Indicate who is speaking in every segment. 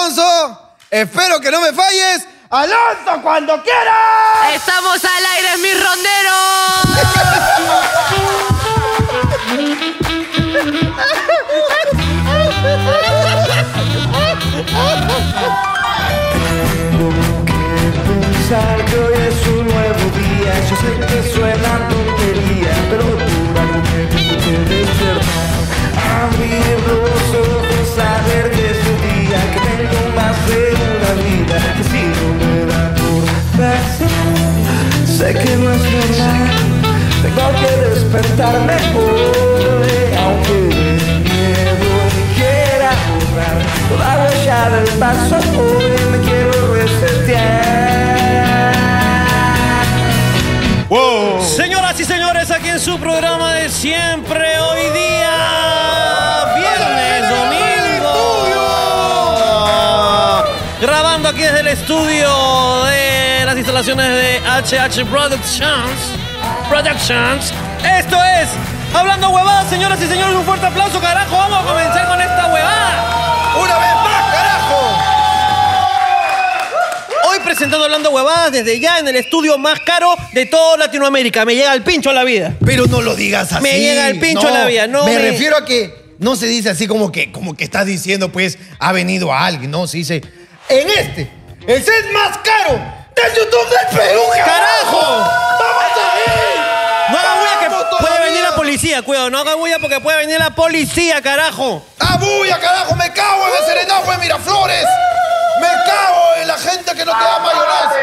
Speaker 1: Alonso, espero que no me falles. Alonso, cuando quieras.
Speaker 2: Estamos al aire, mis ronderos.
Speaker 3: pensar que hoy es un nuevo día. Yo sé que suena tontería, pero júrame que puedes ser. Abrir los ojos, saber que es un día, que tengo más de una vida, que si no me da por pensar, sé que no es verdad. Tengo que despertarme hoy, aunque el miedo me quiera borrar. Toda huella del paso hoy me quiero resetear.
Speaker 4: Señoras y señores, aquí en su programa de siempre, hoy día, viernes, domingo, grabando aquí desde el estudio de las instalaciones de HH Productions. Productions. Esto es Hablando Huevadas, señoras y señores, un fuerte aplauso, carajo. Vamos a comenzar con esta huevada.
Speaker 1: Una vez más, carajo.
Speaker 4: Hoy presentando Hablando Huevadas desde ya en el estudio más caro de toda Latinoamérica. Me llega el pincho a la vida.
Speaker 1: Pero no lo digas así.
Speaker 4: Me llega el pincho a la vida, no
Speaker 1: me,
Speaker 4: me-
Speaker 1: refiero a que no se dice así como que, como que estás diciendo, pues, ha venido a alguien. No, se dice, en este, el set más caro del YouTube del Perú, carajo.
Speaker 4: ¡Carajo!
Speaker 1: ¡Vamos ahí!
Speaker 4: No haga bulla
Speaker 1: ¡Vamos
Speaker 4: que puede
Speaker 1: todavía!
Speaker 4: venir la policía, cuidado. No haga bulla porque puede venir la policía, carajo.
Speaker 1: ¡Ah, bulla, carajo! ¡Me cago en el serenazgo de Miraflores! ¡Me cago en la gente que no te ama, Jonás!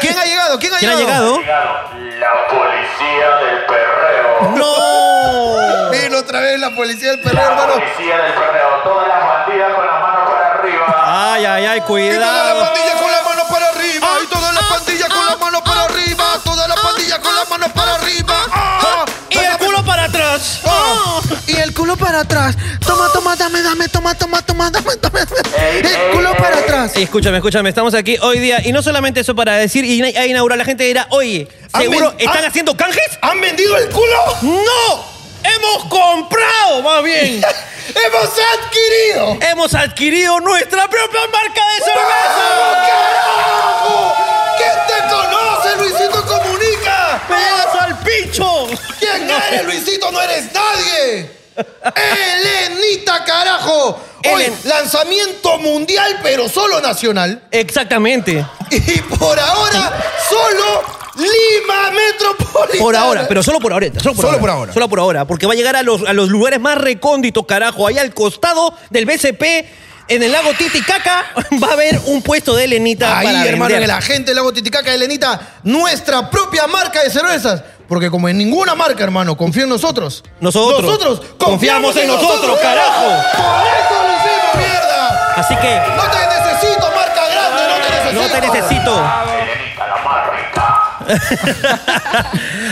Speaker 1: ¿Quién ha llegado? ¿Quién ha
Speaker 4: ¿Quién ha
Speaker 1: llegado?
Speaker 4: llegado?
Speaker 5: La policía del perreo.
Speaker 4: ¡No!
Speaker 1: Vino otra vez la policía del perro,
Speaker 5: La
Speaker 1: hermano.
Speaker 5: policía del perreo. Todas las bandidas con las manos para
Speaker 6: Ah.
Speaker 5: arriba.
Speaker 4: Ay,
Speaker 1: Y
Speaker 4: ay, ay,
Speaker 1: toda la
Speaker 4: cuidado.
Speaker 1: pandilla con la mano para arriba. Y toda la pandilla con la mano para arriba. Toda la pandilla con la mano para arriba. Ah,
Speaker 4: Y el culo para atrás.
Speaker 1: ah.
Speaker 6: Y el culo para atrás. Toma, toma, dame, dame, toma, toma, toma, dame, dame. dame. El culo para atrás.
Speaker 4: Sí, escúchame, escúchame, estamos aquí hoy día y no solamente eso para decir y a inaugurar, la gente dirá, oye,
Speaker 1: Ah,
Speaker 4: ¿seguro
Speaker 1: men-
Speaker 4: están
Speaker 1: ah.
Speaker 4: haciendo canjes?
Speaker 1: ¿Han vendido el culo?
Speaker 4: ¡No! ¡Hemos comprado, más bien!
Speaker 1: ¡Hemos adquirido!
Speaker 4: ¡Hemos adquirido nuestra propia marca de cerveza!
Speaker 1: ¡Vamos, carajo! ¿Quién te conoce, Luisito Comunica?
Speaker 4: ¡Pedazo al pincho!
Speaker 1: ¿Quién eres, Luisito? ¡No eres nadie! ¡Elenita, carajo! Hoy,
Speaker 4: Elen.
Speaker 1: lanzamiento mundial, pero solo nacional.
Speaker 4: Exactamente.
Speaker 1: Y por ahora, solo Lima Metropolitana.
Speaker 4: Por ahora, pero solo por ahora. Solo por,
Speaker 1: Solo
Speaker 4: ahora,
Speaker 1: por ahora.
Speaker 4: Solo por ahora, porque va a llegar a los, a los lugares más recónditos, carajo. Ahí al costado del BCP, en el lago Titicaca, va a haber un puesto de Lenita
Speaker 1: Ahí,
Speaker 4: para
Speaker 1: hermano,
Speaker 4: vender.
Speaker 1: de la gente del lago Titicaca, Elenita, nuestra propia marca de cervezas. Porque como en ninguna marca, hermano, confía en nosotros.
Speaker 4: Nosotros.
Speaker 1: Nosotros
Speaker 4: Confiamos en nosotros, carajo.
Speaker 1: Por eso lo hicimos, mierda.
Speaker 4: Así que
Speaker 1: No te necesito, marca grande, no te necesito.
Speaker 4: no te necesito.
Speaker 5: Elenita, la más rica.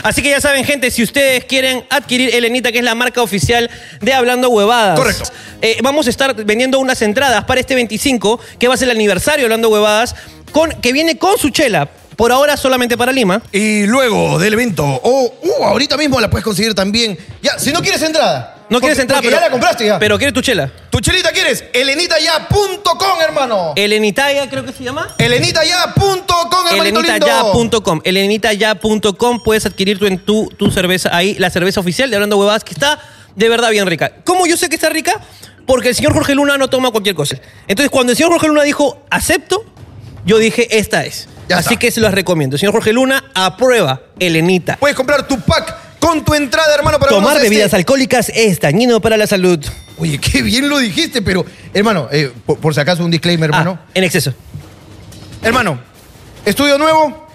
Speaker 4: Así que ya saben, gente, si ustedes quieren adquirir Elenita, que es la marca oficial de Hablando Huevadas.
Speaker 1: Correcto.
Speaker 4: eh, vamos a estar vendiendo unas entradas para este 25, que va a ser el aniversario de Hablando Huevadas, con, que viene con su chela. Por ahora solamente para Lima.
Speaker 1: Y luego del evento, o uh, ahorita mismo la puedes conseguir también. Ya, si no quieres entrada.
Speaker 4: No
Speaker 1: porque-
Speaker 4: quieres entrar,
Speaker 1: porque
Speaker 4: pero.
Speaker 1: ya la compraste ya.
Speaker 4: Pero quieres tu chela.
Speaker 1: tu chelita quieres, elenitaya.com, hermano.
Speaker 4: Elenitaya, creo que se llama.
Speaker 1: Elenitaya.com, hermanito Ah, lindo.
Speaker 4: Elenitaya.com. Elenitaya.com. Puedes adquirir tu, en tu, tu cerveza ahí, la cerveza oficial de Hablando Huevadas, que está de verdad bien rica. ¿Cómo yo sé que está rica? Porque el señor Jorge Luna no toma cualquier cosa. Entonces, cuando el señor Jorge Luna dijo, acepto, yo dije, esta es.
Speaker 1: Ya
Speaker 4: Así
Speaker 1: está.
Speaker 4: que se las recomiendo. Señor Jorge Luna, aprueba Elenita.
Speaker 1: Puedes comprar tu pack con tu entrada, hermano, para
Speaker 4: Tomar
Speaker 1: vernos este-
Speaker 4: bebidas alcohólicas es dañino para la salud.
Speaker 1: Oye, qué bien lo dijiste, pero hermano, eh, por, por si acaso un disclaimer,
Speaker 4: Ah,
Speaker 1: hermano.
Speaker 4: en exceso.
Speaker 1: Hermano, estudio nuevo,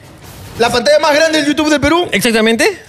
Speaker 1: la pantalla más grande del YouTube del Perú.
Speaker 4: Exactamente.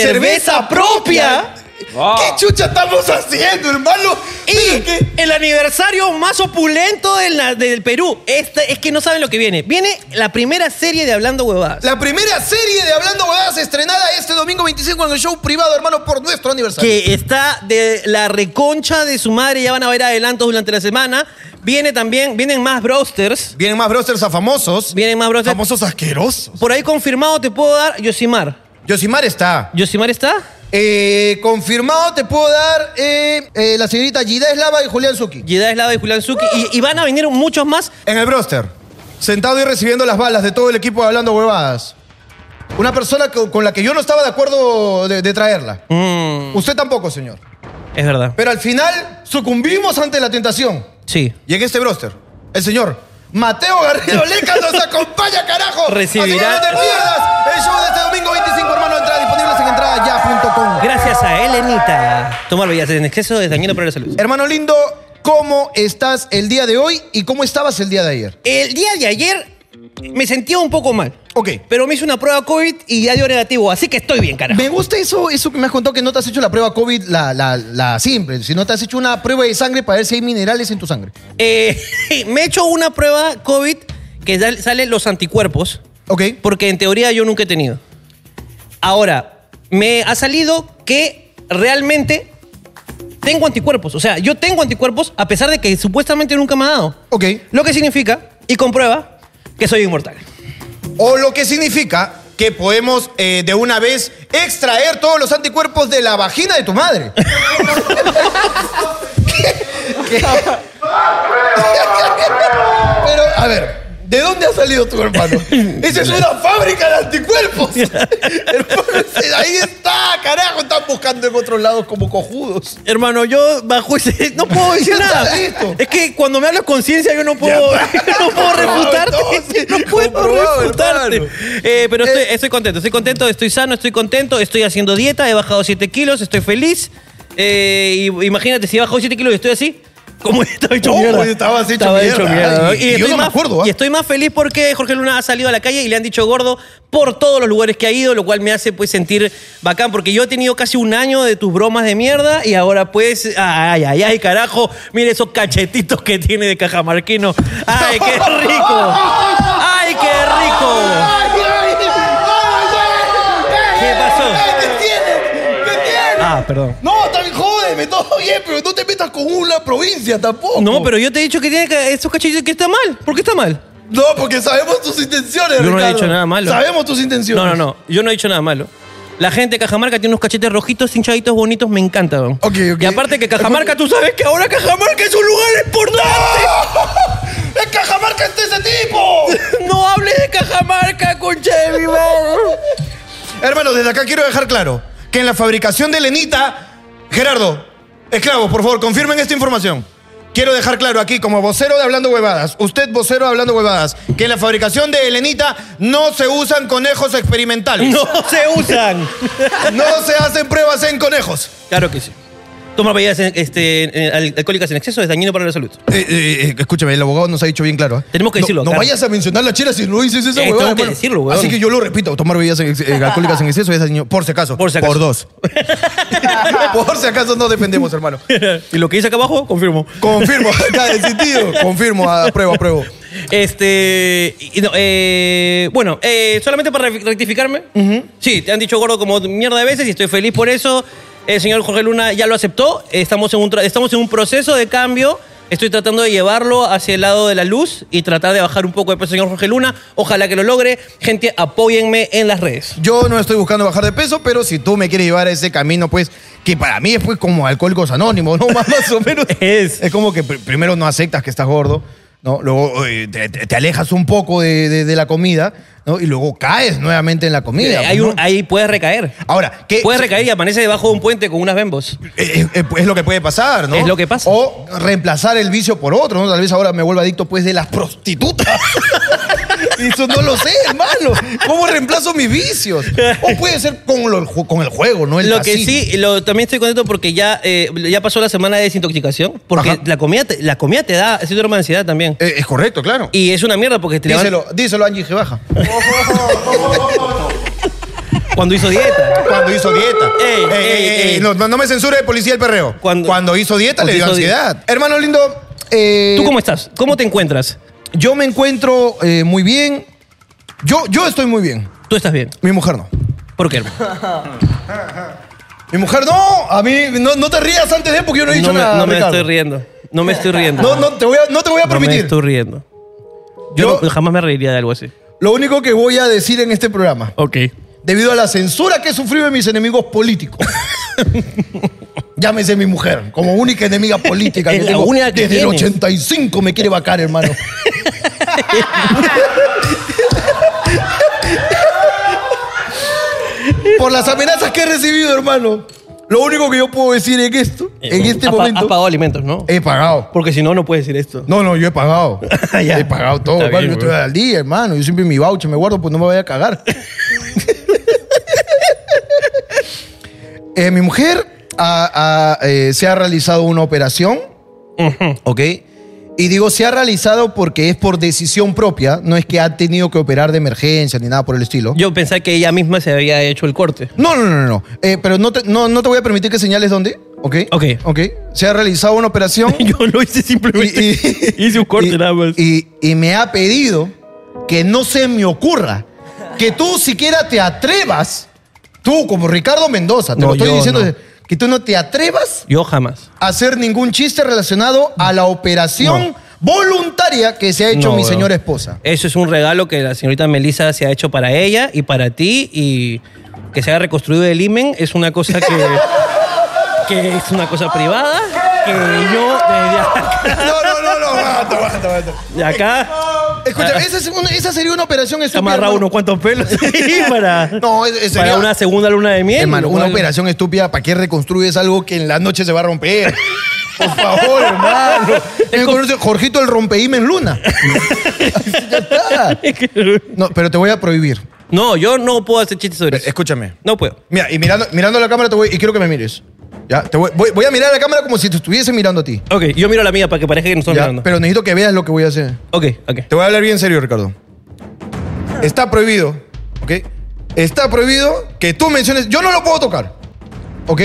Speaker 4: Cerveza propia.
Speaker 1: ¿Qué chucha estamos haciendo, hermano?
Speaker 4: Y
Speaker 1: Pero que-
Speaker 4: el aniversario más opulento del, na- del Perú. Este, es que no saben lo que viene. Viene la primera serie de Hablando Huevadas.
Speaker 1: La primera serie de Hablando Huevadas estrenada este domingo 25 en el show privado, hermano, por nuestro aniversario.
Speaker 4: que está de la reconcha de su madre. Ya van a ver adelantos durante la semana. Viene también, vienen más brosters.
Speaker 1: Vienen más brosters a famosos.
Speaker 4: Vienen más brosters.
Speaker 1: Famosos asquerosos.
Speaker 4: Por ahí confirmado te puedo dar Yosimar.
Speaker 1: Yosimar está.
Speaker 4: ¿Yosimar está?
Speaker 1: Eh, confirmado te puedo dar eh, eh, la señorita Gida Eslava y Julián Suki.
Speaker 4: Yedá Eslava y Julián Suki. Y, y van a venir muchos más.
Speaker 1: En el broster, sentado y recibiendo las balas de todo el equipo de hablando huevadas. Una persona co- con la que yo no estaba de acuerdo de, de traerla.
Speaker 4: Mm,
Speaker 1: Usted tampoco, señor.
Speaker 4: es verdad.
Speaker 1: Pero al final sucumbimos ante la tentación.
Speaker 4: Sí.
Speaker 1: Y en este broster, el señor Mateo Garrido Leca nos acompaña, carajo.
Speaker 4: Recibirá-
Speaker 1: Así que no te pierdas el show de este domingo 25, hermano. Entrada disponibles en entradaya.com.
Speaker 4: Gracias a Elenita. Tomar bebidas en exceso es dañino para la salud.
Speaker 1: Hermano lindo, ¿cómo estás el día de hoy y cómo estabas el día de ayer?
Speaker 4: El día de ayer me sentía un poco mal.
Speaker 1: Ok.
Speaker 4: Pero me hice una prueba COVID y ya dio negativo, así que estoy bien, carajo.
Speaker 1: Me gusta eso, eso que me has contado que no te has hecho la prueba COVID la, la, la simple, sino te has hecho una prueba de sangre para ver si hay minerales en tu sangre.
Speaker 4: Eh, me he hecho una prueba COVID que sal- salen los anticuerpos,
Speaker 1: Ok.
Speaker 4: porque en teoría yo nunca he tenido. Ahora, me ha salido que realmente tengo anticuerpos. O sea, yo tengo anticuerpos a pesar de que supuestamente nunca me ha dado.
Speaker 1: Ok.
Speaker 4: Lo que significa, y comprueba, que soy inmortal.
Speaker 1: O lo que significa que podemos eh, de una vez extraer todos los anticuerpos de la vagina de tu madre. Pero, a ver, ¿de dónde ha salido tu hermano? Esa es una fábrica de anticuerpos. Hermano, ese- ahí está, carajo. Están buscando en otros lados como cojudos.
Speaker 4: Hermano, yo bajo ese. No puedo decir
Speaker 1: Ya
Speaker 4: nada.
Speaker 1: está listo.
Speaker 4: Es que cuando me hablas conciencia, yo no puedo, no puedo refutarte.
Speaker 1: entonces,
Speaker 4: no puedo
Speaker 1: comprobado,
Speaker 4: refutarte.
Speaker 1: hermano.
Speaker 4: Eh, pero estoy, estoy contento, estoy contento, estoy sano, estoy contento, estoy haciendo dieta, he bajado 7 kilos, estoy feliz. Eh, y- imagínate, si he bajado 7 kilos y estoy así. ¿Cómo estaba hecho
Speaker 1: ¿Cómo
Speaker 4: mierda?
Speaker 1: estabas hecho mierda?
Speaker 4: mierda.
Speaker 1: Y- y yo
Speaker 4: estoy
Speaker 1: no me
Speaker 4: más-
Speaker 1: acuerdo, ¿ah?
Speaker 4: y estoy más feliz porque Jorge Luna ha salido a la calle y le han dicho gordo por todos los lugares que ha ido, lo cual me hace pues sentir bacán, porque yo he tenido casi un año de tus bromas de mierda y ahora pues, ay, ay, ay, carajo, mire esos cachetitos que tiene de cajamarquino. ¡Ay, qué rico! ¡Ay, qué rico! ¿Qué pasó?
Speaker 1: ¿Qué tiene? ¿Qué tiene?
Speaker 4: Ah, perdón.
Speaker 1: No, está bien, jódeme, todo bien, pero no te metas con una provincia tampoco.
Speaker 4: No, pero yo te he dicho que tiene ca- esos cachetitos que está mal. ¿Por qué está mal?
Speaker 1: No, porque sabemos tus intenciones,
Speaker 4: Yo no he
Speaker 1: Ricardo.
Speaker 4: dicho nada malo.
Speaker 1: Sabemos tus intenciones.
Speaker 4: No, no, no. Yo no he dicho nada malo. La gente de Cajamarca tiene unos cachetes rojitos, hinchaditos, bonitos. Me encanta, weón.
Speaker 1: Ok, ok.
Speaker 4: Y aparte que Cajamarca, tú sabes que ahora Cajamarca es un lugar importante.
Speaker 1: ¡Es Cajamarca este ese tipo!
Speaker 4: No, hables de Cajamarca, concha de mi madre.
Speaker 1: Hermanos, desde acá quiero dejar claro que en la fabricación de Lenita, Gerardo, esclavos, por favor, confirmen esta información. Quiero dejar claro aquí, como vocero de Hablando Huevadas, usted vocero de Hablando Huevadas, que en la fabricación de Lenita no se usan conejos experimentales.
Speaker 4: No se usan.
Speaker 1: No se hacen pruebas en conejos.
Speaker 4: Claro que sí. Toma bebidas en- este, en- al- alcohólicas en exceso es dañino para la salud.
Speaker 1: Eh, eh, eh, escúchame, el abogado nos ha dicho bien claro. ¿eh?
Speaker 4: Tenemos que
Speaker 1: No-
Speaker 4: decirlo,
Speaker 1: No,
Speaker 4: claro.
Speaker 1: vayas a mencionar la chela si no dices esa
Speaker 4: Eh,
Speaker 1: huevada,
Speaker 4: tengo que
Speaker 1: hermano.
Speaker 4: decirlo, huevón.
Speaker 1: Así que yo lo repito, tomar bebidas en ex- eh, alcohólicas en exceso es dañino, por si acaso.
Speaker 4: Por si acaso.
Speaker 1: Por dos. por si acaso no dependemos, hermano.
Speaker 4: y lo que dice acá abajo, confirmo.
Speaker 1: Confirmo, acá de sentido. Confirmo, apruebo, apruebo.
Speaker 4: Este. y- y no, eh, bueno, eh, solamente para re- rectificarme. Sí, te han dicho gordo como mierda de veces y estoy feliz por eso. El señor Jorge Luna ya lo aceptó. Estamos en un, tra- estamos en un proceso de cambio. Estoy tratando de llevarlo hacia el lado de la luz y tratar de bajar un poco de peso, señor Jorge Luna. Ojalá que lo logre. Gente, apóyenme en las redes.
Speaker 1: Yo no estoy buscando bajar de peso, pero si tú me quieres llevar a ese camino, pues, que para mí es pues como alcohólicos anónimos, ¿no? Más, más o menos.
Speaker 4: Es.
Speaker 1: Es como que pr- primero no aceptas que estás gordo, ¿no? Luego eh, te, te- te alejas un poco de, de- de la comida, ¿no? Y luego caes nuevamente en la comida.
Speaker 4: Eh,
Speaker 1: pues,
Speaker 4: hay
Speaker 1: ¿no? Eh,
Speaker 4: un- ahí puedes recaer.
Speaker 1: Ahora, ¿qué?
Speaker 4: Puedes recaer y amanece debajo de un puente con unas bembos.
Speaker 1: Eh, eh, eh, es lo que puede pasar, ¿no?
Speaker 4: Es lo que pasa.
Speaker 1: O reemplazar el vicio por otro, ¿no? Tal vez ahora me vuelva adicto, pues, de las prostitutas. Eso no lo sé, hermano. ¿Cómo reemplazo mis vicios? O puede ser con, lo- con el juego, ¿no? El
Speaker 4: Lo que
Speaker 1: casino.
Speaker 4: sí, lo, también estoy contento porque ya, eh, ya pasó la semana de desintoxicación. Porque
Speaker 1: Ajá.
Speaker 4: la comida, te, la comida te da síndrome de ansiedad también.
Speaker 1: Eh, es correcto, claro.
Speaker 4: Y es una mierda porque te levantas
Speaker 1: díselo, díselo a Angie Gebaja.
Speaker 4: cuando hizo dieta.
Speaker 1: Cuando hizo dieta.
Speaker 4: Ey,
Speaker 1: Ey, ey,
Speaker 4: ey,
Speaker 1: ey,
Speaker 4: ey.
Speaker 1: No, no me censure de policía el perreo.
Speaker 4: Cuando-
Speaker 1: Cuando, hizo dieta
Speaker 4: Cuando
Speaker 1: le dio
Speaker 4: hizo di-
Speaker 1: ansiedad. Hermano lindo, eh,
Speaker 4: ¿Tú cómo estás? ¿Cómo te encuentras?
Speaker 1: yo me encuentro eh, muy bien. Yo, yo estoy muy bien.
Speaker 4: Tú estás bien.
Speaker 1: Mi mujer no.
Speaker 4: ¿Por qué, hermano?
Speaker 1: Mi mujer, no, a mí, no, no te rías antes de porque yo no he dicho
Speaker 4: No me,
Speaker 1: nada.
Speaker 4: no me
Speaker 1: Ricardo.
Speaker 4: estoy riendo. No me estoy riendo.
Speaker 1: No, no, te voy a, no te voy a
Speaker 4: No me
Speaker 1: permitir.
Speaker 4: estoy riendo.
Speaker 1: Yo-
Speaker 4: Yo, no- jamás me reiría de algo así. Eh,
Speaker 1: Lo único que voy a decir en este programa,
Speaker 4: Ok.
Speaker 1: debido a la censura que he sufrido de mis enemigos políticos. Llámese mi mujer, como única enemiga política. que
Speaker 4: Es la
Speaker 1: tengo.
Speaker 4: única que
Speaker 1: Desde el
Speaker 4: tienes.
Speaker 1: 85 me quiere vacar, hermano. Por las amenazas que he recibido, hermano. Lo único que yo puedo decir en esto, en este
Speaker 4: Has Eh, pa-
Speaker 1: momento,
Speaker 4: Has pagado alimentos, ¿no?
Speaker 1: he pagado.
Speaker 4: Porque si no, no puedes decir esto.
Speaker 1: No, no, yo he pagado.
Speaker 4: Ah, Ya.
Speaker 1: He pagado todo,
Speaker 4: Está
Speaker 1: hermano.
Speaker 4: bien,
Speaker 1: yo estoy
Speaker 4: güey.
Speaker 1: al día, hermano. Yo siempre mi voucher me guardo, pues no me vaya a cagar. Eh, mi mujer ha- ha, eh, se ha realizado una operación, ¿ok? Y digo, se ha realizado porque es por decisión propia, no es que ha tenido que operar de emergencia ni nada por el estilo.
Speaker 4: Yo pensé que ella misma se había hecho el corte.
Speaker 1: No, no, no, no. Eh, pero no te, no, no te voy a permitir que señales dónde, ¿ok?
Speaker 4: Ok.
Speaker 1: Ok. Se ha realizado una operación.
Speaker 4: Yo lo hice simplemente. hice un corte
Speaker 1: y-
Speaker 4: nada más.
Speaker 1: Y, y me ha pedido que no se me ocurra, que tú siquiera te atrevas, tú como Ricardo Mendoza, te
Speaker 4: No,
Speaker 1: lo estoy
Speaker 4: yo
Speaker 1: diciendo,
Speaker 4: no.
Speaker 1: que tú no te atrevas
Speaker 4: Yo jamás.
Speaker 1: a hacer ningún chiste relacionado a la operación
Speaker 4: No.
Speaker 1: voluntaria que se ha hecho
Speaker 4: No,
Speaker 1: mi
Speaker 4: weón.
Speaker 1: señora esposa.
Speaker 4: Eso es un regalo que la señorita Melissa se ha hecho para ella y para ti y que se haya reconstruido el imen es una cosa que que es una cosa privada que yo desde acá,
Speaker 1: No, no, no, no, basta, basta, basta.
Speaker 4: de acá
Speaker 1: Escúchame, esa, es una- esa sería una operación
Speaker 4: se ha
Speaker 1: estúpida.
Speaker 4: Ah. amarrado
Speaker 1: hermano.
Speaker 4: unos cuantos pelos ahí para
Speaker 1: No, es- es-
Speaker 4: para
Speaker 1: sería-
Speaker 4: una segunda luna de miel.
Speaker 1: Hermano,
Speaker 4: lo
Speaker 1: una
Speaker 4: cual-
Speaker 1: operación estúpida, ¿para qué reconstruyes algo que en la noche se va a romper? Por favor, hermano. Me conoce Jorgito el rompeímen luna. ya está. No, pero te voy a prohibir.
Speaker 4: No, yo no puedo hacer chistes
Speaker 1: Eh,
Speaker 4: sobre eso.
Speaker 1: Escúchame.
Speaker 4: No puedo.
Speaker 1: Mira, y mirando, mirando la cámara te voy, y quiero que me mires. Ya, te voy, voy- voy a mirar a la cámara como si te estuviese mirando a ti.
Speaker 4: Ok, yo miro la mía para que parezca que nos estamos
Speaker 1: ya,
Speaker 4: mirando.
Speaker 1: pero necesito que veas lo que voy a hacer.
Speaker 4: Ok, ok.
Speaker 1: Te voy a hablar bien serio, Ricardo. Está prohibido, ¿ok? Está prohibido que tú menciones. Yo no lo puedo tocar, ¿ok?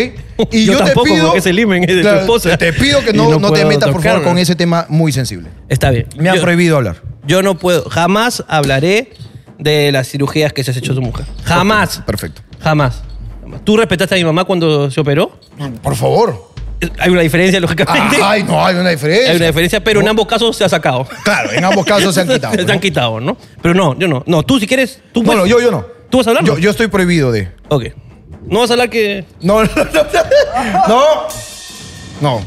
Speaker 1: Y
Speaker 4: Yo tampoco, porque es el himen, es de tu esposa.
Speaker 1: Te pido que
Speaker 4: Y
Speaker 1: no,
Speaker 4: no
Speaker 1: no te
Speaker 4: puedo
Speaker 1: metas, por favor,
Speaker 4: tocarlo.
Speaker 1: con ese tema muy sensible.
Speaker 4: Está bien.
Speaker 1: Me han
Speaker 4: Yo-
Speaker 1: prohibido hablar.
Speaker 4: Yo no puedo, jamás hablaré de las cirugías que se ha hecho tu mujer. Jamás.
Speaker 1: Perfecto.
Speaker 4: Jamás. Jamás. ¿Tú respetaste a mi mamá cuando se operó?
Speaker 1: Por favor.
Speaker 4: Eh, Hay una diferencia, lógicamente.
Speaker 1: Ay, no, hay una diferencia.
Speaker 4: Hay una diferencia, pero en ambos casos se ha sacado.
Speaker 1: Claro, en ambos casos se han quitado.
Speaker 4: Se
Speaker 1: ¿no?
Speaker 4: han quitado, ¿no? Pero no, yo no. No, tú si quieres, tú
Speaker 1: No,
Speaker 4: puedes.
Speaker 1: no, yo, yo no.
Speaker 4: ¿Tú vas a hablar?
Speaker 1: Yo, yo estoy prohibido de.
Speaker 4: Ok. No vas a hablar que
Speaker 1: No, no, no. No. No. no.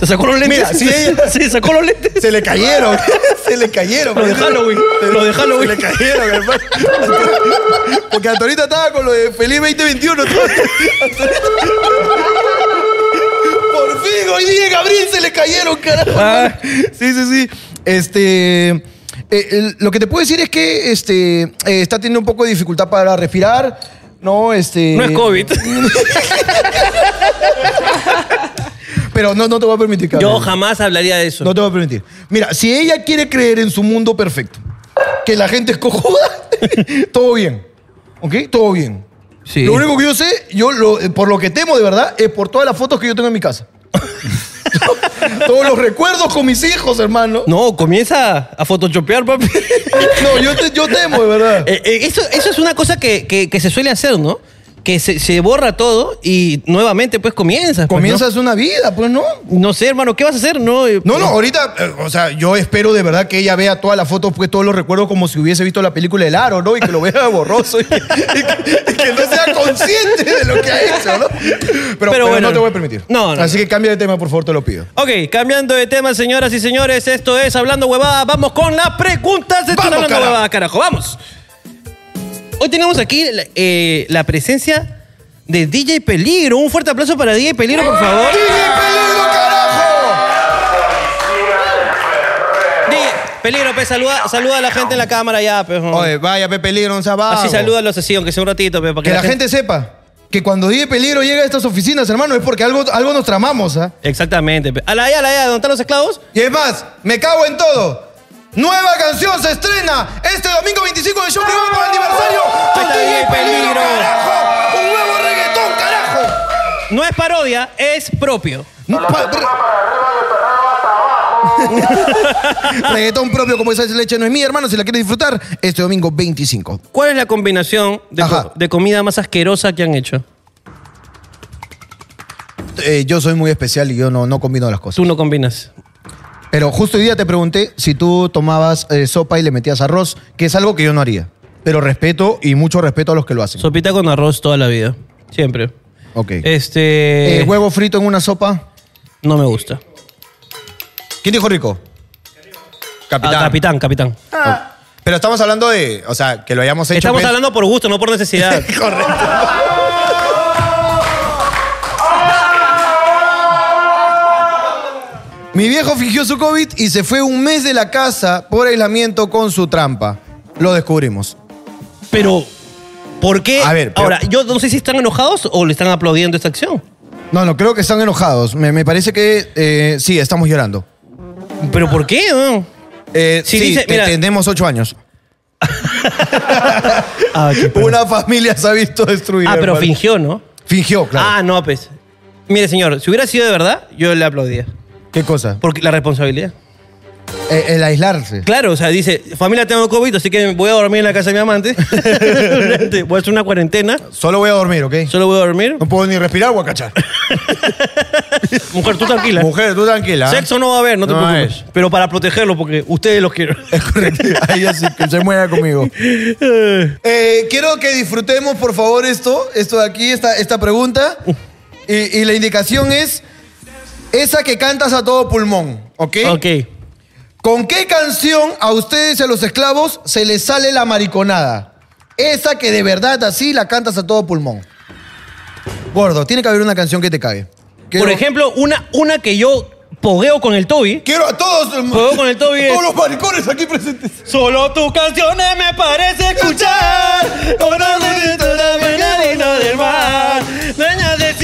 Speaker 4: se sacó los lentes.
Speaker 1: Mira, si ella-
Speaker 4: se sacó los lentes.
Speaker 1: Se le cayeron. Se le cayeron.
Speaker 4: Lo de Halloween, lo de Halloween.
Speaker 1: Se le cayeron, hermano. Porque hasta ahorita estaba con lo de Feliz 2021. Hasta ahorita- Por fin, hoy día Gabriel se le cayeron, carajo.
Speaker 4: Ah.
Speaker 1: Sí, sí, sí. Este. eh, el- lo que te puedo decir es que este, eh, está teniendo un poco de dificultad para respirar. No, este.
Speaker 4: No es COVID.
Speaker 1: Pero no, no te voy a permitir que
Speaker 4: Yo
Speaker 1: hables.
Speaker 4: jamás hablaría de eso.
Speaker 1: No te voy a permitir. Mira, si ella quiere creer en su mundo perfecto, que la gente es cojuda, todo bien. ¿Ok? Todo bien.
Speaker 4: Sí.
Speaker 1: Lo único que yo sé, yo lo- por lo que temo de verdad, es por todas las fotos que yo tengo en mi casa. Todos los recuerdos con mis hijos, hermano.
Speaker 4: No, comienza a photoshopear, papi.
Speaker 1: No, yo, te- yo temo, de verdad.
Speaker 4: Eh, eh, eso, eso es una cosa que, que- que se suele hacer, ¿no? Que se, se borra todo y nuevamente pues comienzas. pues,
Speaker 1: Comienzas una vida, pues no.
Speaker 4: ¿no? No sé, hermano, ¿qué vas a hacer? No, eh,
Speaker 1: No, no, ahorita, eh, o sea, yo espero de verdad que ella vea todas las fotos, pues todos los recuerdos como si hubiese visto la película El Aro, ¿no? Y que lo vea borroso y que, y que- y que no sea consciente de lo que ha hecho, ¿no? Pero, pero
Speaker 4: bueno,
Speaker 1: no te voy a permitir.
Speaker 4: no, no,
Speaker 1: Así que cambia de tema, por favor, te lo pido.
Speaker 4: Ok, cambiando de tema, señoras y señores, esto es Hablando Huevada. Vamos con las preguntas de
Speaker 1: Vamos,
Speaker 4: Hablando
Speaker 1: carajo.
Speaker 4: Huevada, carajo. Vamos. Hoy tenemos aquí eh, la presencia de DJ Peligro. Un fuerte aplauso para DJ Peligro, por favor.
Speaker 1: ¡DJ Peligro, carajo!
Speaker 4: DJ Peligro, pues, saluda, saluda a la gente en la cámara ya, pues.
Speaker 1: Oye, vaya, Pepe Peligro, un sábado.
Speaker 4: Así salúdalos así, aunque sea un ratito, pues, para que,
Speaker 1: Que la gente sepa que cuando DJ Peligro llega a estas oficinas, hermano, es porque algo, algo nos tramamos, ¿ah?
Speaker 4: Exactamente. pe. A la ya, a la ya, ¿dónde están los esclavos?
Speaker 1: Y es más, me cago en todo. Nueva canción se estrena este domingo 25 de show privado por aniversario
Speaker 4: Ahí
Speaker 1: con
Speaker 4: está
Speaker 1: DJ
Speaker 4: DJ
Speaker 1: Peligro,
Speaker 4: Peligro.
Speaker 1: carajo. Un nuevo reggaetón, carajo.
Speaker 4: No es parodia, es propio.
Speaker 1: No, pa- reggaetón propio como esa leche no es mía, hermano. Si la quieres disfrutar, este domingo 25.
Speaker 4: ¿Cuál es la combinación de,
Speaker 1: Ajá.
Speaker 4: co- de comida más asquerosa que han hecho?
Speaker 1: Eh, yo soy muy especial y yo no, no combino las cosas.
Speaker 4: Tú no combinas.
Speaker 1: Pero justo hoy día te pregunté si tú tomabas eh, sopa y le metías arroz, que es algo que yo no haría. pero respeto y mucho respeto a los que lo hacen.
Speaker 4: Sopita con arroz toda la vida. Siempre.
Speaker 1: ok.
Speaker 4: Este.
Speaker 1: Eh, huevo frito en una sopa.
Speaker 4: no me gusta.
Speaker 1: ¿Quién dijo rico?
Speaker 4: Ah,
Speaker 1: Capitán.
Speaker 4: capitán, capitán.
Speaker 1: Pero estamos hablando de, o sea, que lo hayamos hecho.
Speaker 4: Estamos
Speaker 1: pe-
Speaker 4: hablando por gusto, no por necesidad.
Speaker 1: Mi viejo fingió su COVID y se fue un mes de la casa por aislamiento con su trampa. Lo descubrimos.
Speaker 4: Pero, ¿por qué?
Speaker 1: A ver, pero-
Speaker 4: Ahora, yo no sé si están enojados o le están aplaudiendo esta acción.
Speaker 1: No, no, creo que están enojados. Me, me parece que eh, sí, estamos llorando.
Speaker 4: ¿Pero por qué? no?
Speaker 1: Eh,
Speaker 4: Sí,
Speaker 1: sí,
Speaker 4: dice,
Speaker 1: te-
Speaker 4: mira.
Speaker 1: tenemos ocho años.
Speaker 4: Ah, qué pena.
Speaker 1: Una familia se ha visto destruida.
Speaker 4: Ah, pero
Speaker 1: hermano.
Speaker 4: fingió, ¿no?
Speaker 1: Fingió, claro.
Speaker 4: Ah, no, pues. Mire, señor, si hubiera sido de verdad, yo le aplaudía.
Speaker 1: ¿Qué cosa?
Speaker 4: Porque la responsabilidad.
Speaker 1: Eh, el aislarse.
Speaker 4: Claro, o sea, dice, familia, tengo COVID, así que voy a dormir en la casa de mi amante. Durante- voy a hacer una cuarentena,
Speaker 1: Solo voy a dormir, ¿ok?
Speaker 4: solo voy a dormir.
Speaker 1: No puedo ni respirar o acachar.
Speaker 4: Mujer, tú tranquila.
Speaker 1: Mujer, tú tranquila. ¿ah?
Speaker 4: Sexo no va a haber, no te
Speaker 1: No
Speaker 4: preocupes.
Speaker 1: es.
Speaker 4: Pero para protegerlo, porque ustedes los quieren.
Speaker 1: Es correcto. Ahí así que se muera conmigo. Eh, quiero que disfrutemos, por favor, esto, esto de aquí, esta, esta pregunta.
Speaker 4: Uh.
Speaker 1: Y, y la indicación es esa que cantas a todo pulmón, ¿ok?
Speaker 4: Ok.
Speaker 1: ¿Con qué canción a ustedes y a los esclavos se les sale la mariconada? Esa que de verdad así la cantas a todo pulmón. Gordo, tiene que haber una canción que te cague. Quiero-
Speaker 4: Por ejemplo, una, una que yo pogueo con el Toby.
Speaker 1: Quiero a todos, mm,
Speaker 4: Juego con el Toby es-
Speaker 1: todos los maricones aquí presentes.
Speaker 4: Solo tus canciones me parece escuchar. Orando de toda buena vino del mar. Dueña de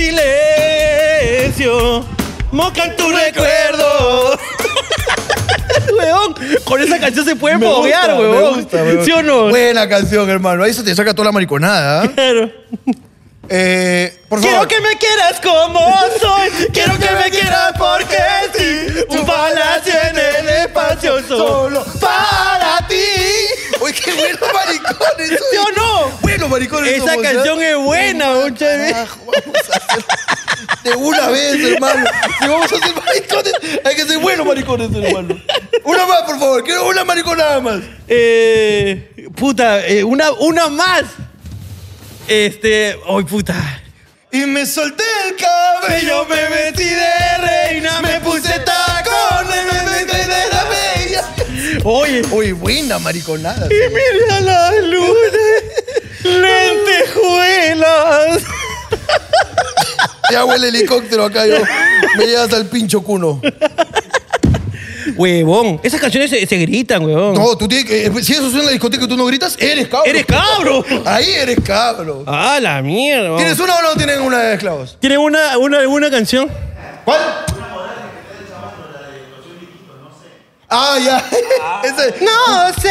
Speaker 4: silencio. Mocan tu recuerdo. weón, con esa canción se pueden bobear, weón. ¿Sí o no?
Speaker 1: Buena canción, hermano. Ahí se te saca toda la mariconada. ¿eh?
Speaker 4: Claro.
Speaker 1: Eh, por
Speaker 4: Quiero
Speaker 1: favor.
Speaker 4: que me quieras como soy. Quiero que me quieras porque sí. Un palacio en el espacio solo.
Speaker 1: para ti. Uy, qué buenos maricones. uy.
Speaker 4: ¿Sí o no?
Speaker 1: Buenos maricones.
Speaker 4: Esa
Speaker 1: somos, ¿eh?
Speaker 4: canción es buena, muchachos.
Speaker 1: Carajo, vamos a hacer de una vez, hermano. Si vamos a hacer maricones, hay que ser buenos maricones, hermano. Una más, por favor. Quiero una mariconada más.
Speaker 4: Eh, puta, eh, una, una más. Este, hoy puta.
Speaker 1: Y me solté el cabello, me metí de reina, me puse tacones, me metí de la bella.
Speaker 4: Oye,
Speaker 1: Uy, buena mariconada.
Speaker 4: y mira la luna, lentejuelas.
Speaker 1: Ya huele helicóptero acá, yo. Me llevas al pincho cuno.
Speaker 4: Huevón, esas canciones se, se gritan, huevón.
Speaker 1: No, tú tienes que. eh, Si eso es en la discoteca y tú no gritas, eres cabro.
Speaker 4: ¡Eres cabro!
Speaker 1: Ahí eres cabro.
Speaker 4: ¡Ah, la mierda!
Speaker 1: ¿Tienes una o no tienen una de esclavos?
Speaker 4: ¿Tienen una, una, una canción?
Speaker 1: ¿Cuál? Ah, ya. Ese-
Speaker 4: No sé.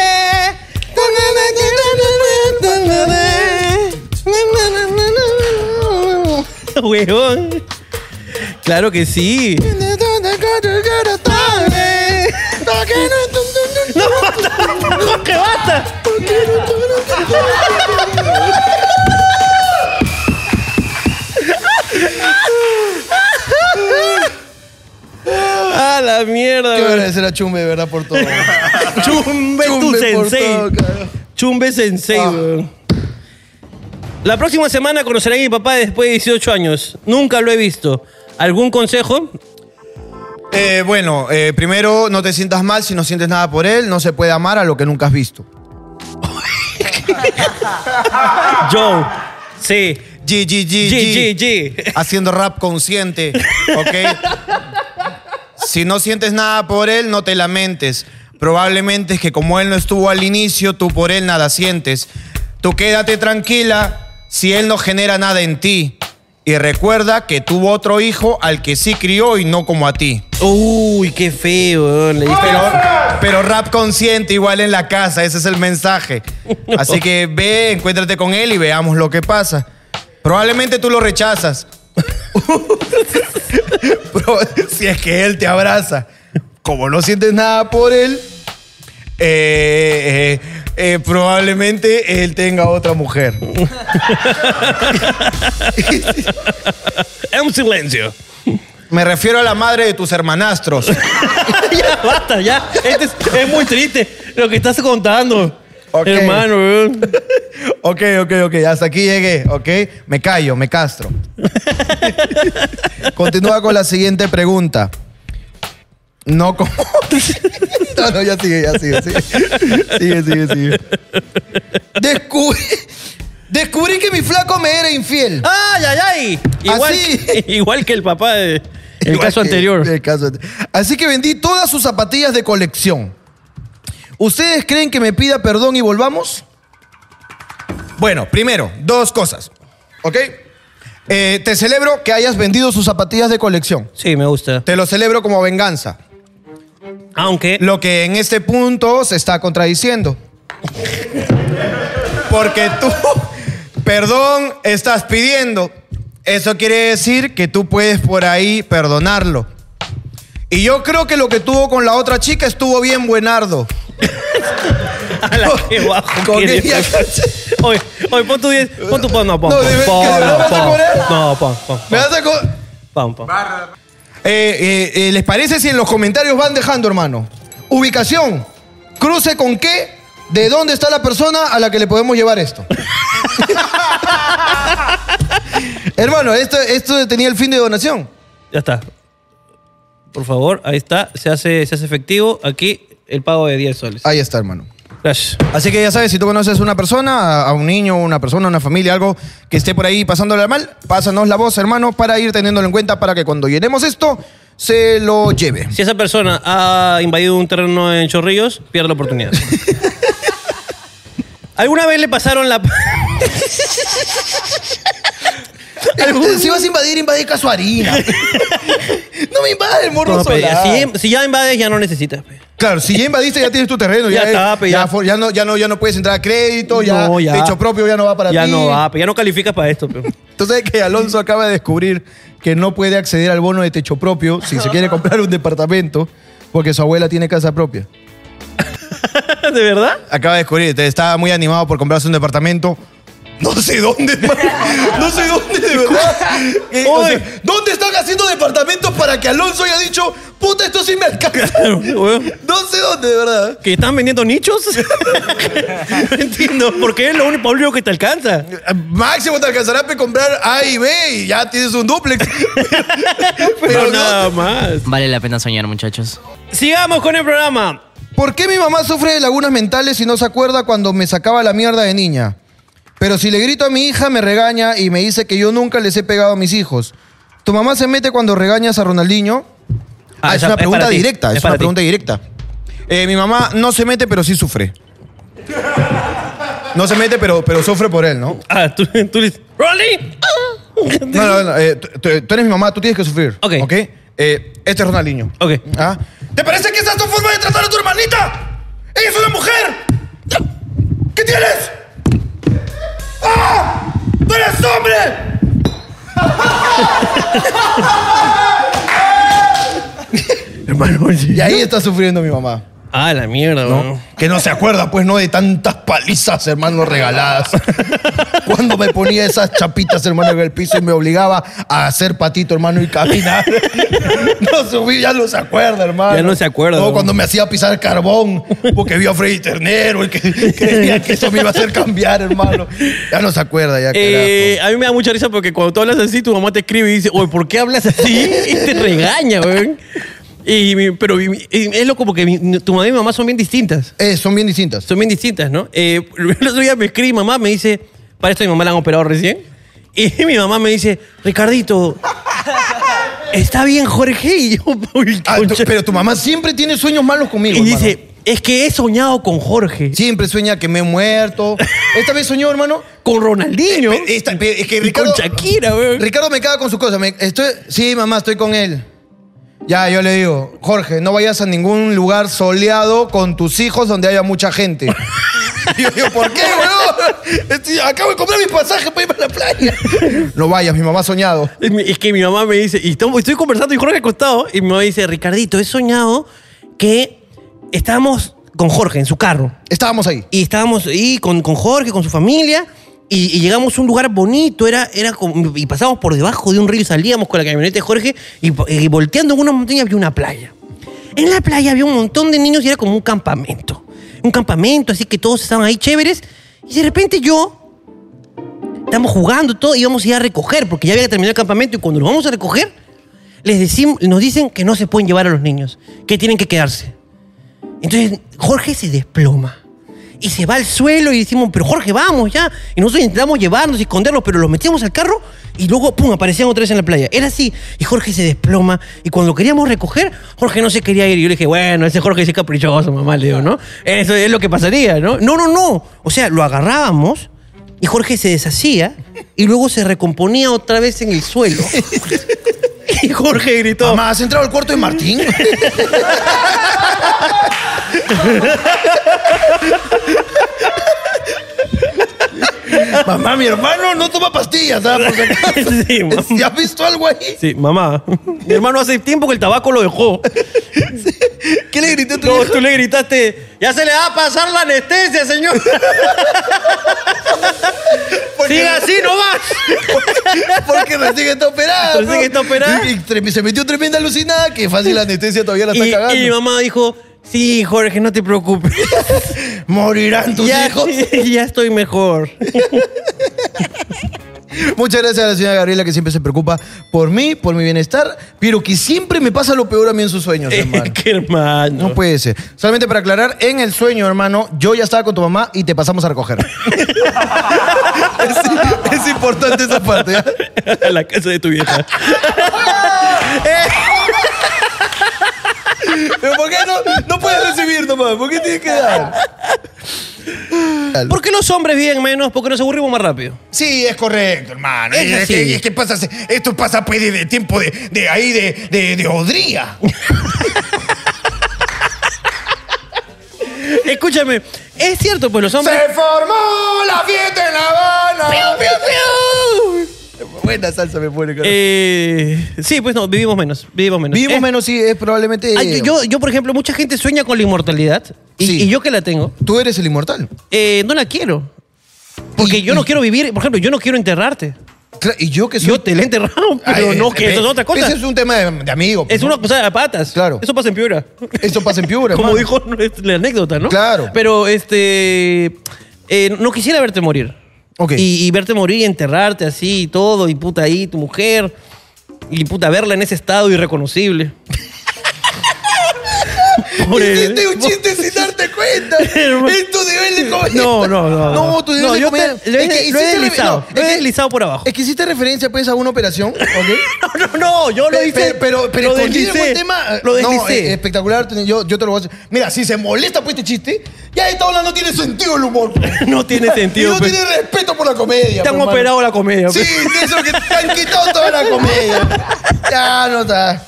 Speaker 4: Huevón. Claro que sí. No, basta, Jorge, basta. A Ah, la mierda,
Speaker 1: Quiero
Speaker 4: güey.
Speaker 1: agradecer a Chumbe, de verdad, por todo.
Speaker 4: Chumbe, tu
Speaker 1: Chumbe por
Speaker 4: sensei.
Speaker 1: todo, carajo.
Speaker 4: Chumbe sensei,
Speaker 1: Ah.
Speaker 4: weón. La próxima semana conoceré a mi papá después de 18 años. Nunca lo he visto. ¿Algún consejo?
Speaker 1: Eh, bueno, eh, primero, no te sientas mal si no sientes nada por él. No se puede amar a lo que nunca has visto.
Speaker 4: Joe. Sí.
Speaker 1: G, G, G,
Speaker 4: G, G, G.
Speaker 1: haciendo rap consciente, ¿ok? si no sientes nada por él, no te lamentes. Probablemente es que como él no estuvo al inicio, tú por él nada sientes. Tú quédate tranquila si él no genera nada en ti. Y recuerda que tuvo otro hijo al que sí crió y no como a ti.
Speaker 4: Uy, qué feo, weón. Le diste-
Speaker 1: Pero, pero rap consciente igual en la casa, ese es el mensaje. Así que ve, encuéntrate con él y veamos lo que pasa. Probablemente tú lo rechazas. Pero si es que él te abraza. Como no sientes nada por él, eh, eh, eh, probablemente él tenga otra mujer.
Speaker 4: Es un silencio.
Speaker 1: Me refiero a la madre de tus hermanastros.
Speaker 4: ya, basta, ya. Este es, es muy triste lo que estás contando.
Speaker 6: Ok.
Speaker 4: Hermano, weón.
Speaker 6: Ok, ok, ok. Hasta aquí llegué, ok. Me callo, me castro. Continúa con la siguiente pregunta. No como. no, no, ya sigue, ya sigue, sigue. Sigue, sigue, sigue. Descubrí. Descubrí que mi flaco me era infiel.
Speaker 4: ¡Ay, ay, ay! Igual,
Speaker 6: Así.
Speaker 4: que- igual que el papá de- el
Speaker 6: Igual
Speaker 4: caso
Speaker 6: que
Speaker 4: anterior.
Speaker 6: el caso ante- Así que vendí todas sus zapatillas de colección. ¿Ustedes creen que me pida perdón y volvamos? Bueno, primero, dos cosas. ¿Ok? Eh, te celebro que hayas vendido sus zapatillas de colección.
Speaker 4: Sí, me gusta.
Speaker 6: Te lo celebro como venganza.
Speaker 4: Aunque.
Speaker 6: Lo que en este punto se está contradiciendo. Porque tú, perdón, estás pidiendo. Eso quiere decir que tú puedes por ahí perdonarlo. Y yo creo que lo que tuvo con la otra chica estuvo bien buenardo.
Speaker 4: A la que bajo.
Speaker 6: Con
Speaker 4: que
Speaker 6: ella,
Speaker 4: Dios. Oye, oye, pon tu 10. Pon tu pon, no, pon.
Speaker 6: No,
Speaker 4: pon,
Speaker 6: dime,
Speaker 4: pon,
Speaker 6: ¿que me
Speaker 4: no,
Speaker 6: vas a
Speaker 4: pon.
Speaker 6: cobrar?
Speaker 4: No, pon, pon,
Speaker 6: ¿Me vas a co-
Speaker 4: pon, pon.
Speaker 6: Eh, eh, eh, ¿Les parece si en los comentarios van dejando, hermano? Ubicación. Cruce con qué. ¿De dónde está la persona a la que le podemos llevar esto? hermano, esto, esto tenía el fin de donación.
Speaker 4: Ya está. Por favor, ahí está. Se hace, se hace efectivo. Aquí el pago de 10 soles.
Speaker 6: Ahí está, hermano.
Speaker 4: Gracias.
Speaker 6: Así que ya sabes, si tú conoces una persona, a- a un niño, una persona, una familia, algo que esté por ahí pasándole mal, pásanos la voz, hermano, para ir teniéndolo en cuenta para que cuando llenemos esto, se lo lleve.
Speaker 4: Si esa persona ha invadido un terreno en Chorrillos, pierde la oportunidad. ¿Alguna vez le pasaron la...
Speaker 6: Eh, Si vas a invadir, invadir Casuarina. no me invades, morro
Speaker 4: No, pe,
Speaker 6: solar.
Speaker 4: si, si ya invades, ya no necesitas. pe.
Speaker 6: Claro, si ya invadiste, ya tienes tu terreno. Ya,
Speaker 4: Ya
Speaker 6: es-
Speaker 4: está, pe,
Speaker 6: ya
Speaker 4: ya.
Speaker 6: for- ya no, ya, no, ya no puedes entrar a crédito, ya,
Speaker 4: No, ya.
Speaker 6: techo propio ya no va para
Speaker 4: ya
Speaker 6: ti.
Speaker 4: no va, pe, ya no calificas para esto. pe.
Speaker 6: Entonces que Alonso acaba de descubrir que no puede acceder al bono de techo propio si se quiere comprar un departamento porque su abuela tiene casa propia.
Speaker 4: ¿De verdad?
Speaker 6: Acaba de descubrir, te- estaba muy animado por comprarse un departamento. No sé dónde, hermano. no sé dónde, de verdad. Eh, o
Speaker 4: Oye.
Speaker 6: sea, ¿Dónde están haciendo departamentos para que Alonso haya dicho, puta, esto sí me alcanza?
Speaker 4: Weón,
Speaker 6: No sé dónde, de verdad.
Speaker 4: ¿Que están vendiendo nichos? no entiendo, porque es lo único, lo único que te alcanza.
Speaker 6: Eh, Máximo te alcanzará para comprar A y B y ya tienes un duplex. Pero
Speaker 4: no,
Speaker 6: no-
Speaker 4: nada más.
Speaker 7: Vale la pena soñar, muchachos.
Speaker 4: Sigamos con el programa.
Speaker 6: ¿Por qué mi mamá sufre de lagunas mentales y no se acuerda cuando me sacaba la mierda de niña? Pero si le grito a mi hija, me regaña y me dice que yo nunca les he pegado a mis hijos. ¿Tu mamá se mete cuando regañas a Ronaldinho? Ah,
Speaker 4: Ah,
Speaker 6: es
Speaker 4: esa-
Speaker 6: una
Speaker 4: es
Speaker 6: pregunta
Speaker 4: para ti,
Speaker 6: directa,
Speaker 4: es
Speaker 6: es, una
Speaker 4: para ti.
Speaker 6: pregunta directa. Eh, mi mamá no se mete, pero sí sufre. No se mete, pero, pero sufre por él, ¿no?
Speaker 4: Ah, tú, tú dices, "Rolly, ah".
Speaker 6: No, no, no. eh, tú, tú- tú eres mi mamá, tú tienes que sufrir.
Speaker 4: Ok.
Speaker 6: ¿Ok? Eh, este es Ronaldinho.
Speaker 4: Ok.
Speaker 6: ¿Ah? ¿Te parece que esa es tu forma de tratar a tu hermanita? ¡Ella es una mujer! ¿Qué tienes? ¡Ah! ¡Tú eres hombre!
Speaker 4: Hermano,
Speaker 6: Y ahí está sufriendo mi mamá.
Speaker 4: Ah, la mierda, weón.
Speaker 6: Que no se acuerda, pues, ¿no? De tantas palizas, hermano, regaladas. Cuando me ponía esas chapitas, hermano, en el piso y me obligaba a hacer patito, hermano, y caminar. No subí, ya no se acuerda, hermano.
Speaker 4: Ya no se acuerda,
Speaker 6: No,
Speaker 4: ¿no?
Speaker 6: cuando me hacía pisar carbón, porque vio a Freddy Ternero y que creía que eso me iba a hacer cambiar, hermano. Ya no se acuerda, ya,
Speaker 4: Eh, a mí me da mucha risa porque cuando tú hablas así, tu mamá te escribe y dice, oye, ¿por qué hablas así? Y te regaña, weón. Y, mi- pero mi- y es loco porque mi- tu mamá y mi mamá son bien distintas.
Speaker 6: carajo. Eh, son bien distintas.
Speaker 4: Son bien distintas, ¿no? Eh, el otro día me escribe mi mamá, me dice, para esto mi mamá la han operado recién. Y mi mamá me dice, Ricardito, ¿está bien Jorge? Y yo, "Uy,
Speaker 6: Ah, tu-
Speaker 4: concha".
Speaker 6: pero tu mamá siempre tiene sueños malos conmigo.
Speaker 4: Y
Speaker 6: hermano.
Speaker 4: dice, es que he soñado con Jorge,
Speaker 6: Siempre sueña que me he muerto. Esta vez soñó, hermano.
Speaker 4: con Ronaldinho.
Speaker 6: Esta- es que
Speaker 4: y con
Speaker 6: Ricardo,
Speaker 4: Shakira, weón.
Speaker 6: Ricardo me caga con sus cosas. Me- estoy, sí, mamá, estoy con él. Ya, yo le digo, Jorge, no vayas a ningún lugar soleado con tus hijos donde haya mucha gente. Y yo digo, ¿por qué, weón? Estoy- acabo de comprar mis pasajes para irme a la playa. No vayas, mi mamá ha soñado.
Speaker 4: Es mi- Es que mi mamá me dice, y estamos- estoy conversando y Jorge acostado, y mi mamá dice, Ricardito, he soñado que estábamos con Jorge en su carro,
Speaker 6: Estábamos ahí.
Speaker 4: y estábamos ahí con, con Jorge, con su familia, y, y llegamos a un lugar bonito, era, era como- y pasamos por debajo de un río y salíamos con la camioneta de Jorge, y, po- y volteando en una montaña había una playa. En la playa había un montón de niños y era como un campamento. un campamento, así que todos estaban ahí chéveres. Y de repente yo, estamos jugando todo, íbamos a ir a recoger, porque ya había terminado el campamento y cuando los vamos a recoger, les decimos, nos dicen que no se pueden llevar a los niños, que tienen que quedarse. Entonces Jorge se desploma y se va al suelo y decimos, pero Jorge, vamos ya. Y nosotros intentamos llevarnos y esconderlos, pero los metíamos al carro y luego, pum, aparecían otra vez en la playa. Era así. Y Jorge se desploma y cuando lo queríamos recoger, Jorge no se quería ir. Y yo le dije, bueno, ese Jorge es caprichoso, mamá, le digo, ¿no? Eso es lo que pasaría, ¿no? No, no, no. O sea, lo agarrábamos y Jorge se deshacía y luego se recomponía otra vez en el suelo. y Jorge gritó,
Speaker 6: Mamá, ¿has entrado al cuarto de Martín? Mamá, mi hermano no toma pastillas, ¿sabes? Por si acaso.
Speaker 4: Sí, mamá.
Speaker 6: ¿Ya has visto algo ahí?
Speaker 4: Sí, mamá. Mi hermano hace tiempo que el tabaco lo dejó.
Speaker 6: ¿Qué le grité a tu
Speaker 4: No,
Speaker 6: vieja?
Speaker 4: tú le gritaste, ya se le va a pasar la anestesia, señor.
Speaker 6: Porque-
Speaker 4: Siga así nomás.
Speaker 6: Porque recién está operada.
Speaker 4: Recién
Speaker 6: ¿no?
Speaker 4: está operada.
Speaker 6: Y- y tre- se metió tremenda alucinada que fácil la anestesia todavía la
Speaker 4: Y,
Speaker 6: está
Speaker 4: y mi
Speaker 6: cagando.
Speaker 4: mamá dijo, sí, Jorge, no te preocupes.
Speaker 6: Morirán tus
Speaker 4: ya,
Speaker 6: hijos.
Speaker 4: ya estoy mejor.
Speaker 6: Muchas gracias a la señora Gabriela que siempre se preocupa por mí, por mi bienestar, pero que siempre me pasa lo peor a mí en sus sueños, hermano.
Speaker 4: Eh, Qué hermano.
Speaker 6: No puede ser. Solamente para aclarar, en el sueño, hermano, yo ya estaba con tu mamá y te pasamos a recoger. es, es importante esa parte. ¿eh? ¿ya?
Speaker 4: a la casa de tu vieja.
Speaker 6: Pero ¿por qué no, no puedes recibir nomás? ¿Por qué tienes que dar?
Speaker 4: ¿Por qué los hombres viven menos? Porque nos aburrimos más rápido.
Speaker 6: Sí, es correcto, hermano.
Speaker 4: Es
Speaker 6: Y es, que,
Speaker 4: así.
Speaker 6: y es que pasa, esto pasa pues de, de tiempo de, de ahí de, de, de odría.
Speaker 4: Escúchame, es cierto, pues los hombres...
Speaker 6: Se formó la fiesta en La Habana. Buena salsa me pone. carajo.
Speaker 4: Eh, sí, pues no, vivimos menos. Vivimos menos.
Speaker 6: Vivimos
Speaker 4: Es-
Speaker 6: menos, sí, es probablemente.
Speaker 4: Eh. Ay, yo, yo, por ejemplo, mucha gente sueña con la inmortalidad. Y,
Speaker 6: Sí.
Speaker 4: y yo que la tengo,
Speaker 6: Tú eres el inmortal.
Speaker 4: eh, no la quiero. Porque yo no quiero vivir, por ejemplo, yo no quiero enterrarte.
Speaker 6: Cla- Y yo que soy.
Speaker 4: Yo te la he enterrado, pero
Speaker 6: Ay,
Speaker 4: no,
Speaker 6: eh,
Speaker 4: que eso es
Speaker 6: eh,
Speaker 4: otra cosa.
Speaker 6: Ese es un tema de, de amigo.
Speaker 4: Es
Speaker 6: ¿no?
Speaker 4: una cosa de patas.
Speaker 6: Claro.
Speaker 4: Eso pasa en Piura.
Speaker 6: Eso pasa en Piura,
Speaker 4: Como
Speaker 6: hermano.
Speaker 4: dijo la anécdota, ¿no?
Speaker 6: Claro.
Speaker 4: Pero este. eh, no quisiera verte morir.
Speaker 6: Ok.
Speaker 4: Y, y verte morir y enterrarte así y todo, y puta ahí, tu mujer. Y puta, verla en ese estado irreconocible. Pobre-
Speaker 6: Hiciste un chiste sin darte cuenta.
Speaker 4: Hermano.
Speaker 6: es tu nivel de comedia.
Speaker 4: No, no, no.
Speaker 6: No, tu nivel
Speaker 4: No,
Speaker 6: de
Speaker 4: yo te-
Speaker 6: comedia.
Speaker 4: lo he-
Speaker 6: Es que
Speaker 4: lo he
Speaker 6: hiciste-
Speaker 4: deslizado, lo
Speaker 6: no,
Speaker 4: he
Speaker 6: es que-
Speaker 4: deslizado por abajo.
Speaker 6: Es que hiciste referencia, pues, a una operación, ¿ok?
Speaker 4: No, no, no, yo lo
Speaker 6: Pe-
Speaker 4: hice.
Speaker 6: pe- pero, pero
Speaker 4: lo
Speaker 6: escondí el
Speaker 4: deslicé,
Speaker 6: buen tema.
Speaker 4: Lo
Speaker 6: No,
Speaker 4: deslicé.
Speaker 6: eh, espectacular, tú- yo, yo te lo voy a hacer. Mira, si se molesta por este chiste, ya esta onda no tiene sentido el humor.
Speaker 4: no tiene
Speaker 6: y no
Speaker 4: sentido. pe.
Speaker 6: tiene respeto por la comedia.
Speaker 4: Te han
Speaker 6: pe, hermano.
Speaker 4: operado la comedia.
Speaker 6: Sí,
Speaker 4: pe.
Speaker 6: eso que te han quitado toda la comedia. Ya, no está.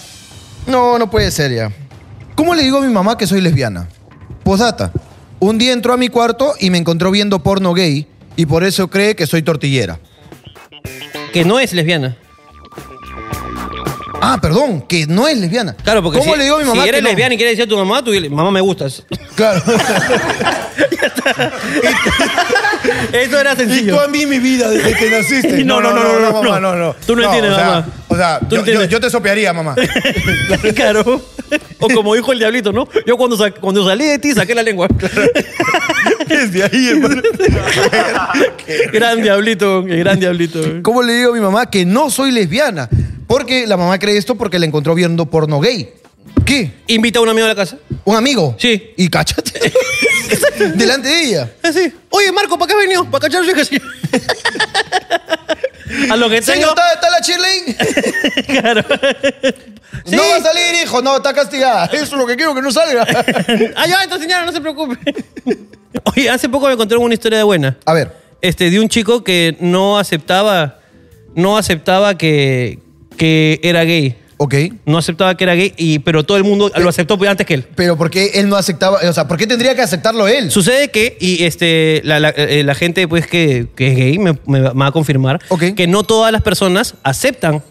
Speaker 6: No, no puede ser ya. ¿Cómo le digo a mi mamá que soy lesbiana? Posdata. Un día entró a mi cuarto y me encontró viendo porno gay y por eso cree que soy tortillera.
Speaker 4: Que no es lesbiana.
Speaker 6: Ah, perdón, que no es lesbiana.
Speaker 4: Claro, porque
Speaker 6: ¿Cómo
Speaker 4: si,
Speaker 6: le digo a mi mamá
Speaker 4: si eres
Speaker 6: que no?
Speaker 4: lesbiana y quieres decir a tu mamá, tú dile, mamá, me gustas.
Speaker 6: Claro.
Speaker 4: Eso era
Speaker 6: Y tú
Speaker 4: sencillo.
Speaker 6: a mí mi vida desde que naciste.
Speaker 4: No, no, no, no,
Speaker 6: mamá,
Speaker 4: no.
Speaker 6: no, no.
Speaker 4: Tú no entiendes,
Speaker 6: o sea,
Speaker 4: mamá.
Speaker 6: O sea,
Speaker 4: Tú
Speaker 6: yo, yo-
Speaker 4: entiendes.
Speaker 6: yo te sopearía, mamá.
Speaker 4: Claro. O como dijo el diablito, ¿no? Yo cuando, sa- cuando salí de ti saqué la lengua.
Speaker 6: Desde ahí, hermano.
Speaker 4: gran diablito, el gran diablito.
Speaker 6: ¿Cómo le digo a mi mamá que no soy lesbiana? Porque la mamá cree esto porque la encontró viendo porno gay. ¿Qué?
Speaker 4: Invita a un amigo a la casa.
Speaker 6: ¿Un amigo?
Speaker 4: Sí.
Speaker 6: Y cáchate. Delante de ella.
Speaker 4: Así. Oye, Marco, ¿para qué has venido? ¿Para cachar que sí? a lo que
Speaker 6: Señor,
Speaker 4: tengo.
Speaker 6: ¿está, está la Shirley?
Speaker 4: Claro.
Speaker 6: No va a salir, hijo. No, está castigada. Eso es lo que quiero, que no salga.
Speaker 4: Ay, Ah, ya, esta señora, no se preocupe. Oye, hace poco me contaron una historia de buena.
Speaker 6: A ver.
Speaker 4: este, de un chico que no aceptaba, no aceptaba que, que era gay.
Speaker 6: Ok.
Speaker 4: No aceptaba que era gay, y, pero todo el mundo lo aceptó antes que él.
Speaker 6: Pero ¿por qué él no aceptaba? O sea, ¿por qué tendría que aceptarlo él?
Speaker 4: Sucede que, y este, la, la- eh, la gente pues, que, que es gay me, me va a confirmar,
Speaker 6: Ok.
Speaker 4: que no todas las personas aceptan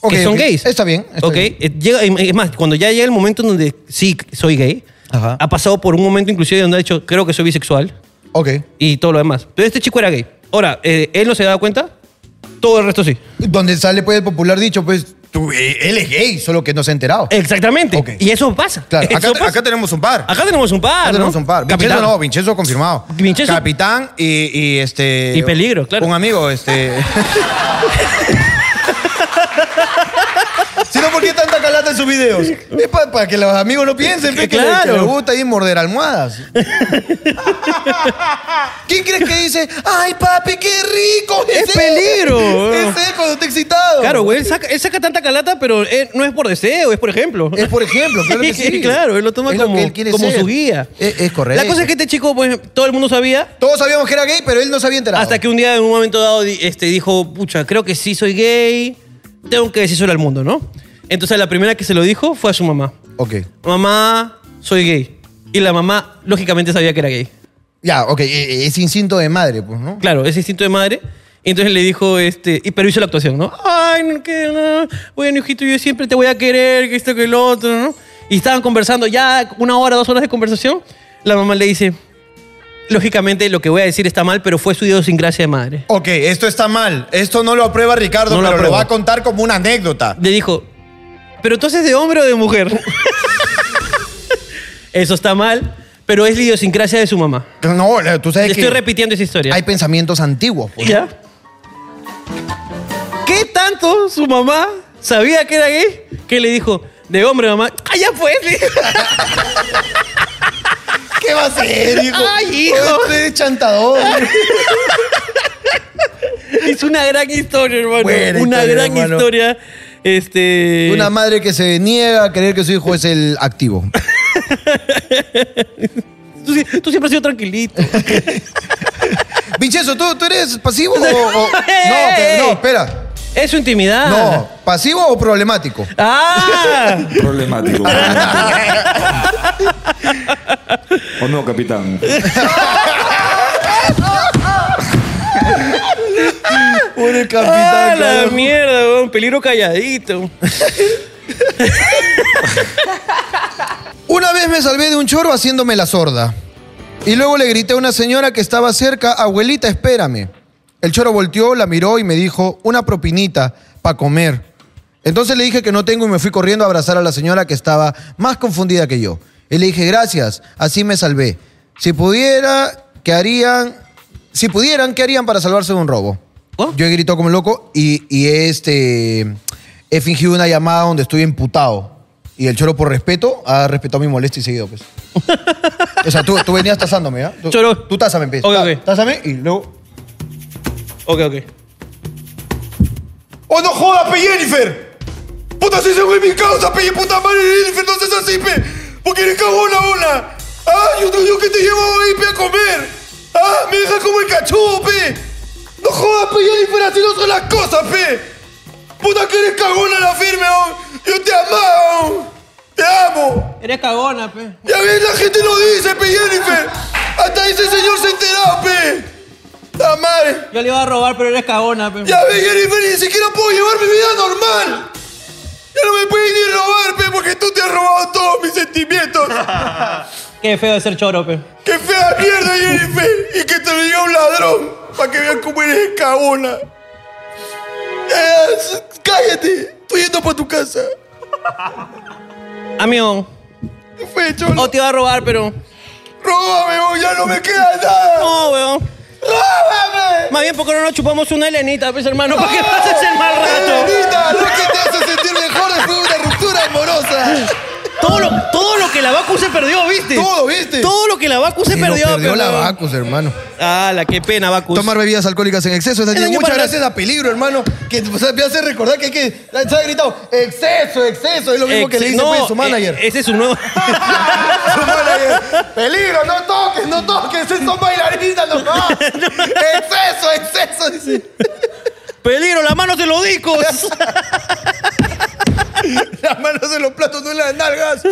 Speaker 6: Ok,
Speaker 4: que son
Speaker 6: ok.
Speaker 4: gays.
Speaker 6: Está bien, está
Speaker 4: ok,
Speaker 6: bien.
Speaker 4: eh, llega- es más, cuando ya llega el momento en donde sí soy gay,
Speaker 6: Ajá.
Speaker 4: ha pasado por un momento inclusive donde ha dicho, creo que soy bisexual.
Speaker 6: Ok.
Speaker 4: y todo lo demás. Pero este chico era gay. Ahora, eh, él no se daba cuenta, todo el resto sí.
Speaker 6: Donde sale pues el popular dicho, pues, tú
Speaker 1: tú- eh, él es gay, solo que no se ha
Speaker 4: Eh,
Speaker 1: enterado.
Speaker 4: Exactamente.
Speaker 1: Ok.
Speaker 4: Y eso pasa.
Speaker 1: Claro, acá,
Speaker 4: Eso pasa.
Speaker 1: acá tenemos un par.
Speaker 4: Acá tenemos un par.
Speaker 1: Acá tenemos
Speaker 4: ¿no?
Speaker 1: un par. Vincenzo
Speaker 4: Capitán.
Speaker 1: no, Vincenzo confirmado.
Speaker 4: Vincenzo-
Speaker 1: Capitán y, y, este.
Speaker 4: Y peligro, claro.
Speaker 1: Un amigo, este. Si no, ¿por qué tanta calata en sus videos? Es pa- para, que los amigos no piensen pe, que, le- que
Speaker 4: Claro.
Speaker 1: les gusta ir morder almohadas. ¿Quién crees que dice, ay papi, qué rico?
Speaker 4: Es
Speaker 1: él"?
Speaker 4: peligro.
Speaker 1: Es él cuando está excitado.
Speaker 4: Claro, güey, él saca, él saca tanta calata, pero eh, no es por deseo, es por ejemplo.
Speaker 1: Es por ejemplo, claro que sí.
Speaker 4: claro, él lo toma
Speaker 1: Es
Speaker 4: como,
Speaker 1: que él quiere
Speaker 4: como
Speaker 1: ser.
Speaker 4: su guía.
Speaker 1: Es, es correcto.
Speaker 4: La cosa es que este chico, pues, todo el mundo sabía.
Speaker 1: Todos sabíamos que era gay, pero él no se había enterado.
Speaker 4: Hasta que un día, en un momento dado, di- este, dijo, pucha, creo que sí soy gay, tengo que decírselo al mundo, ¿no? Entonces la primera que se lo dijo fue a su mamá.
Speaker 1: Ok.
Speaker 4: Mamá, soy gay. Y la mamá, lógicamente, sabía que era gay.
Speaker 1: Ya, ok. e- e- Es instinto de madre, pues, ¿no?
Speaker 4: Claro, ese instinto de madre. Y entonces le dijo, este, y pero hizo la actuación, ¿no? Ay, no, que no, bueno, hijito, yo siempre te voy a querer, que esto, que el otro, ¿no? Y estaban conversando ya una hora, dos horas de conversación. La mamá le dice, lógicamente lo que voy a decir está mal, pero fue estudiado sin gracia de madre.
Speaker 1: Ok, esto está mal. Esto no lo aprueba Ricardo,
Speaker 4: No lo
Speaker 1: pero lo
Speaker 4: aprueba.
Speaker 1: va a contar como una anécdota.
Speaker 4: Le dijo, pero entonces de hombre o de mujer. Eso está mal, pero es la idiosincrasia de su mamá.
Speaker 1: No, la- tú sabes
Speaker 4: Estoy
Speaker 1: que
Speaker 4: repitiendo esa historia.
Speaker 1: hay pensamientos antiguos. pues.
Speaker 4: ¿Ya? ¿Qué tanto su mamá sabía que era gay que le dijo, de hombre, mamá, ¡ay, ya pues! le dijo.
Speaker 1: ¿Qué va a hacer, hijo?
Speaker 4: Ay, hijo.
Speaker 1: Este es chantador.
Speaker 4: es una gran historia, hermano.
Speaker 1: Buena
Speaker 4: una
Speaker 1: historia,
Speaker 4: gran
Speaker 1: hermano.
Speaker 4: historia. Este.
Speaker 1: Una madre que se niega a creer que su hijo es el activo.
Speaker 4: tú, sí- tú siempre has sido tranquilito.
Speaker 1: Vincenzo, ¿tú, tú eres pasivo o, o- No, pero- no, espera.
Speaker 4: es su intimidad.
Speaker 1: No, ¿pasivo o problemático?
Speaker 4: ¡Ah!
Speaker 8: Problemático. ¿O no, capitán?
Speaker 1: Por el
Speaker 4: ¡Ah, la
Speaker 1: claro.
Speaker 4: mierda, weón! Peligro calladito.
Speaker 1: Una vez me salvé de un choro haciéndome la sorda. Y luego le grité a una señora que estaba cerca, abuelita, espérame. El choro volteó, la miró y me dijo, una propinita para comer. Entonces le dije que no tengo y me fui corriendo a abrazar a la señora que estaba más confundida que yo. Y le dije, gracias, así me salvé. Si pudiera, ¿qué harían? Si pudieran, ¿qué harían para salvarse de un robo?
Speaker 4: ¿Oh?
Speaker 1: Yo he gritado como loco y, y este, he fingido una llamada donde estoy emputado. Y el choro, por respeto, ha respetado mi molestia y seguido, pues. o sea, tú, tú venías tazándome, ¿ah? Tú-
Speaker 4: Choro.
Speaker 1: Tú tázame, pues.
Speaker 4: Ok,
Speaker 1: Ta-
Speaker 4: ok.
Speaker 1: Tázame y luego...
Speaker 4: Ok, ok.
Speaker 1: ¡Oh, no jodas, pe, Jennifer! ¡Puta, si ese güey mi causa, pe, y puta madre, Jennifer, no seas así, pe! ¡Porque eres cagona, hola! ¡Ah, yo, yo que te llevo ahí, pe, a comer! ¡Ah, me dejas como el cachudo, pe! ¡No jodas, pe, Jennifer, así no son las cosas, pe! ¡Puta, que eres cagona la firme, oh! ¡Yo te amaba, oh! ¡Te amo!
Speaker 4: Eres cagona, pe.
Speaker 1: Ya ves, la gente lo dice, pe, Jennifer. Hasta ese señor se ha enterado, pe. La madre.
Speaker 4: Yo le iba a robar, pero eres cagona, pe.
Speaker 1: Ya ves, Jennifer, ni siquiera puedo llevar mi vida normal. Ya no me puedes ni robar, pe, porque tú te has robado todos mis sentimientos.
Speaker 4: Qué feo de ser choro, pe.
Speaker 1: ¡Qué fea mierda, Jennifer! Y que te lo diga un ladrón, para que vean cómo eres cagona. Eh, s- cállate, estoy yendo para tu casa.
Speaker 4: Amigo,
Speaker 1: ¿Qué fue, cholo?
Speaker 4: o te iba a robar, pero.
Speaker 1: Róbame, vos, ya no me queda nada.
Speaker 4: No, weón.
Speaker 1: ¡Róbame!
Speaker 4: Más bien, ¿por qué no nos chupamos una helenita, pues, hermano? ¿Para qué pases el mal rato?
Speaker 1: Elenita, lo que te hace sentir mejor después de una ruptura amorosa.
Speaker 4: Todo lo, todo lo que la Bacu se perdió, ¿viste?
Speaker 1: Todo, ¿viste?
Speaker 4: Todo lo que la Bacu se perdió. pero-
Speaker 1: Bacus, hermano.
Speaker 4: Ah, la qué pena, Bacus.
Speaker 1: Tomar bebidas alcohólicas en exceso es dañino.
Speaker 4: daño
Speaker 1: Muchas
Speaker 4: para la-
Speaker 1: gracias a Peligro, hermano, que o sea, me hace recordar que hay que... Se ha gritado, exceso, exceso. Es lo mismo que
Speaker 4: Ex-
Speaker 1: le dice
Speaker 4: no,
Speaker 1: pues, su manager.
Speaker 4: eh, ese es su nuevo.
Speaker 1: Su manager. Peligro, no toques, no toques. Son bailarinas nomás. exceso, exceso. Dice.
Speaker 4: Peligro, las manos de los discos.
Speaker 1: Las manos en los platos, no en las nalgas.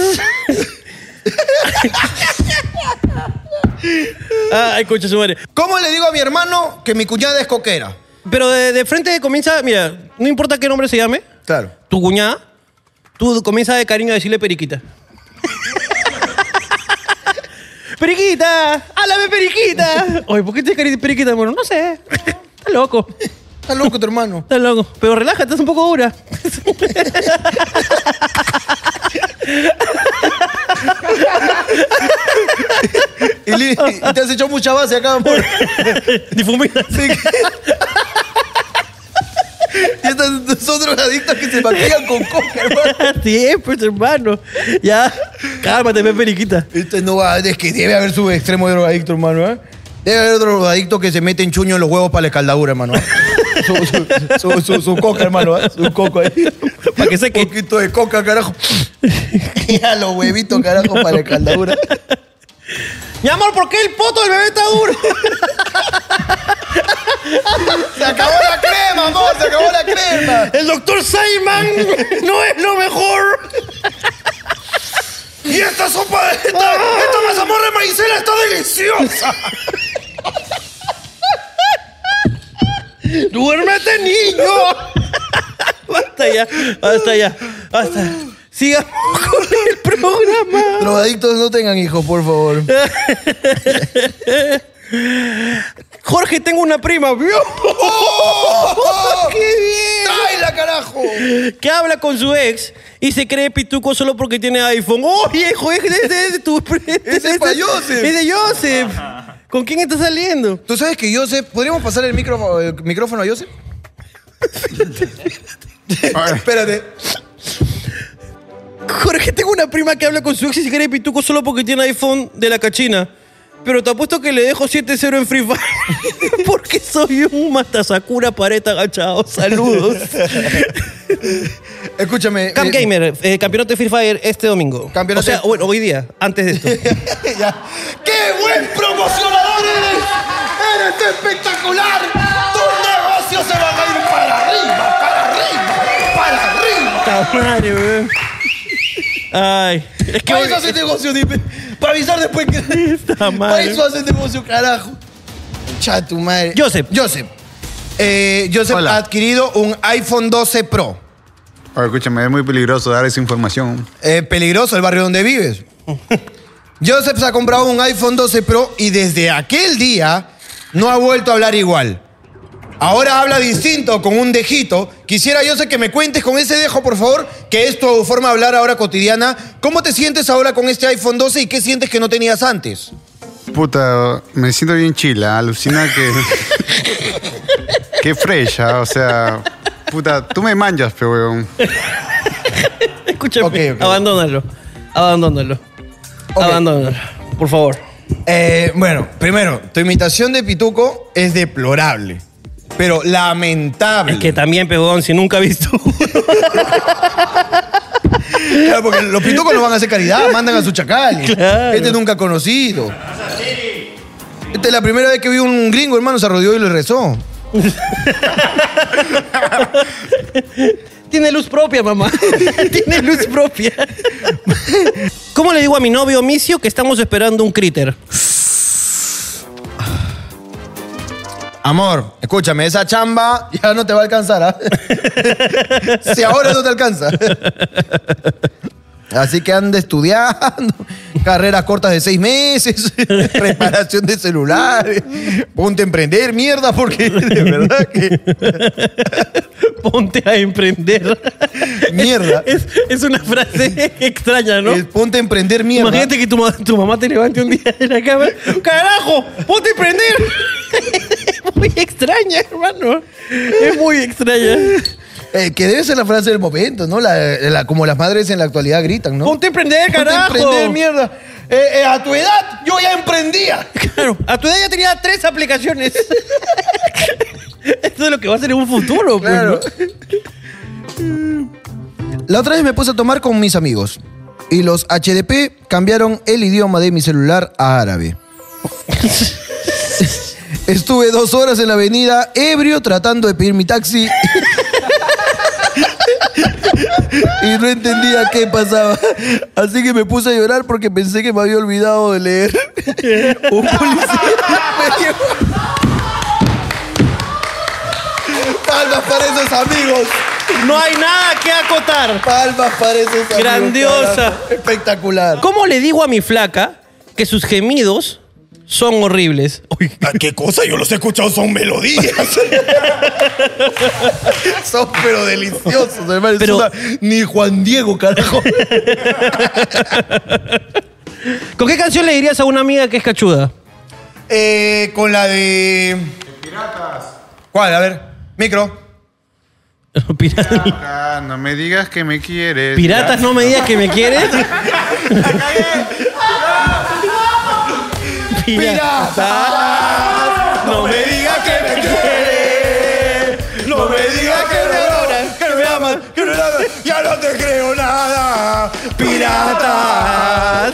Speaker 4: Ay, concha su madre.
Speaker 1: ¿Cómo le digo a mi hermano que mi cuñada es coquera?
Speaker 4: Pero de, de frente comienza, mira, no importa qué nombre se llame,
Speaker 1: Claro.
Speaker 4: tu cuñada, tú comienzas de cariño a decirle periquita. ¡Periquita! ¡Álame, periquita! Oye, ¿por qué te cariño periquita, amor? No sé. Está loco.
Speaker 6: Está loco tu hermano.
Speaker 4: Está loco. Pero relájate, estás un poco dura.
Speaker 6: Y, li- y te has hecho mucha base acá, amor.
Speaker 4: Difumina.
Speaker 6: Sí. Y estas son drogadictos que se maquillan con coca, hermano.
Speaker 4: pues, hermano. Ya. Cálmate, ve periquita.
Speaker 6: Esto no va, es que debe haber su extremo de drogadicto, hermano, ¿eh? Debe haber drogadicto que se mete en chuño en los huevos para la escaldadura, hermano. ¿eh? Su, su, su- su- su coca, hermano, ¿eh? Su coco ahí.
Speaker 4: Para que seque.
Speaker 6: Un poquito de coca, carajo. Y a los huevitos, carajo, para la escaldadura.
Speaker 4: Mi amor, ¿por qué el poto del bebé está duro?
Speaker 6: ¡Se acabó la crema, amor! ¡Se acabó la crema!
Speaker 4: El doctor Simon no es lo mejor.
Speaker 9: ¡Y esta sopa de esta, esta mazamorra de maicena está deliciosa!
Speaker 4: ¡Duérmete, niño! Basta ya, basta ya, basta. Sigamos con el programa.
Speaker 6: Drogadictos no tengan hijos, por favor.
Speaker 4: Jorge, tengo una prima, ¿vio? ¡Oh,
Speaker 6: ¡Tráela, carajo!
Speaker 4: Que habla con su ex y se cree pituco solo porque tiene iPhone. ¡Oye, Jorge! Ese es de tu...
Speaker 6: Ese es pa' Joseph.
Speaker 4: Es de Joseph. ¿Con quién está saliendo?
Speaker 6: ¿Tú sabes que Joseph... ¿Podríamos pasar el, micro-
Speaker 1: eh,
Speaker 6: el micrófono a Joseph? Espérate.
Speaker 4: Jorge, tengo una prima que habla con su ex y se cree pituco solo porque tiene iPhone de la cachina. Pero te apuesto que le dejo 7-0 en Free Fire. porque soy un matasakura pareta agachado. Saludos.
Speaker 6: Escúchame.
Speaker 4: Camp
Speaker 6: eh,
Speaker 4: Gamer, eh, campeonato de Free Fire este domingo.
Speaker 6: Campeonato-
Speaker 4: O sea, bueno, hoy día, antes de esto.
Speaker 6: ya. ¡Qué buen promocionador eres! ¡Eres espectacular! ¡Tus negocios se van a ir para arriba, para arriba, para arriba!
Speaker 4: Puta madre, weón. Ay, es que
Speaker 6: ¿Qué
Speaker 4: hoy,
Speaker 6: eso haces negocio, dime? Para avisar después que...
Speaker 4: Está mal.
Speaker 6: Para eso haces negocio, carajo. Cha tu madre.
Speaker 4: Joseph.
Speaker 6: Joseph. Eh, Joseph
Speaker 10: Hola.
Speaker 6: ha adquirido un iPhone 12 Pro.
Speaker 10: Ahora, escúchame, es muy peligroso dar esa información.
Speaker 6: Eh, peligroso el barrio donde vives. Joseph se ha comprado un iPhone 12 Pro y desde aquel día no ha vuelto a hablar igual. Ahora habla distinto con un dejito. Quisiera, Joseph, que me cuentes con ese dejo, por favor, que es tu forma de hablar ahora cotidiana. ¿Cómo te sientes ahora con este iPhone 12 y qué sientes que no tenías antes?
Speaker 10: Puta, me siento bien chila, alucina que. Qué fresha, o sea. Puta, tú me manchas, pero weón.
Speaker 4: escúchame,
Speaker 6: Ok, ok.
Speaker 4: abandónalo. Abandónalo. Abandónalo, por favor.
Speaker 6: Eh, bueno, primero, tu imitación de Pituco es deplorable, pero lamentable.
Speaker 4: Es que también, pegón, si nunca has visto
Speaker 6: Claro, porque los pitucos no van a hacer caridad, mandan a sus chacales.
Speaker 4: Claro.
Speaker 6: Este nunca ha conocido. Esta es la primera vez que vi un gringo, hermano, se arrodilló y le rezó.
Speaker 4: Tiene luz propia, mamá. Tiene luz propia. ¿Cómo le digo a mi novio Micio que estamos esperando un critter?
Speaker 6: Amor, escúchame, esa chamba ya no te va a alcanzar, ¿ah? si ahora no te alcanza. Así que anda estudiando, carreras cortas de seis meses, reparación de celulares, ponte a emprender, mierda, porque de verdad que
Speaker 4: Ponte a emprender.
Speaker 6: Mierda.
Speaker 4: Es, es una frase extraña, ¿no?
Speaker 6: eh, ponte a emprender, mierda.
Speaker 4: Imagínate que tu, ma- tu mamá te levante un día de la cama. ¡Carajo! ¡Ponte a prender! Es muy extraña, hermano. Es muy extraña.
Speaker 6: Eh, que debe ser la frase del momento, ¿no? La- la- como las madres en la actualidad gritan, ¿no?
Speaker 4: ¡Ponte a prender, carajo!
Speaker 6: Ponte a emprender, mierda. Eh, eh, a tu edad yo ya emprendía.
Speaker 4: Claro, a tu edad ya tenía tres aplicaciones. Esto es lo que va a ser en un futuro, pues,
Speaker 6: Claro.
Speaker 4: ¿no?
Speaker 6: La otra vez me puse a tomar con mis amigos y los HDP cambiaron el idioma de mi celular a árabe. Estuve dos horas en la avenida ebrio tratando de pedir mi taxi y no entendía qué pasaba. Así que me puse a llorar porque pensé que me había olvidado de leer. Un policía me llevó Palmas para esos amigos.
Speaker 4: No hay nada que acotar.
Speaker 6: Palmas para esos amigos.
Speaker 4: Grandiosa.
Speaker 6: carajo. Espectacular.
Speaker 4: ¿Cómo le digo a mi flaca que sus gemidos son horribles. Uy,
Speaker 6: Ah, ¿Qué cosa? Yo los he escuchado, son melodías. son pero deliciosos, hermano. Es
Speaker 4: Pero-
Speaker 6: una- Ni Juan Diego, carajo.
Speaker 4: ¿Con qué canción le dirías a una amiga que es cachuda?
Speaker 6: Eh, con la de... Piratas. ¿Cuál? A ver, micro.
Speaker 4: Pirata-
Speaker 10: Ah, no me digas que me quieres.
Speaker 4: Piratas, no me digas que me quieres. Pirata.
Speaker 6: No me digas que me quieres. No me digas que me adoras, que me amas, que me amas. Ya no te creo nada, piratas.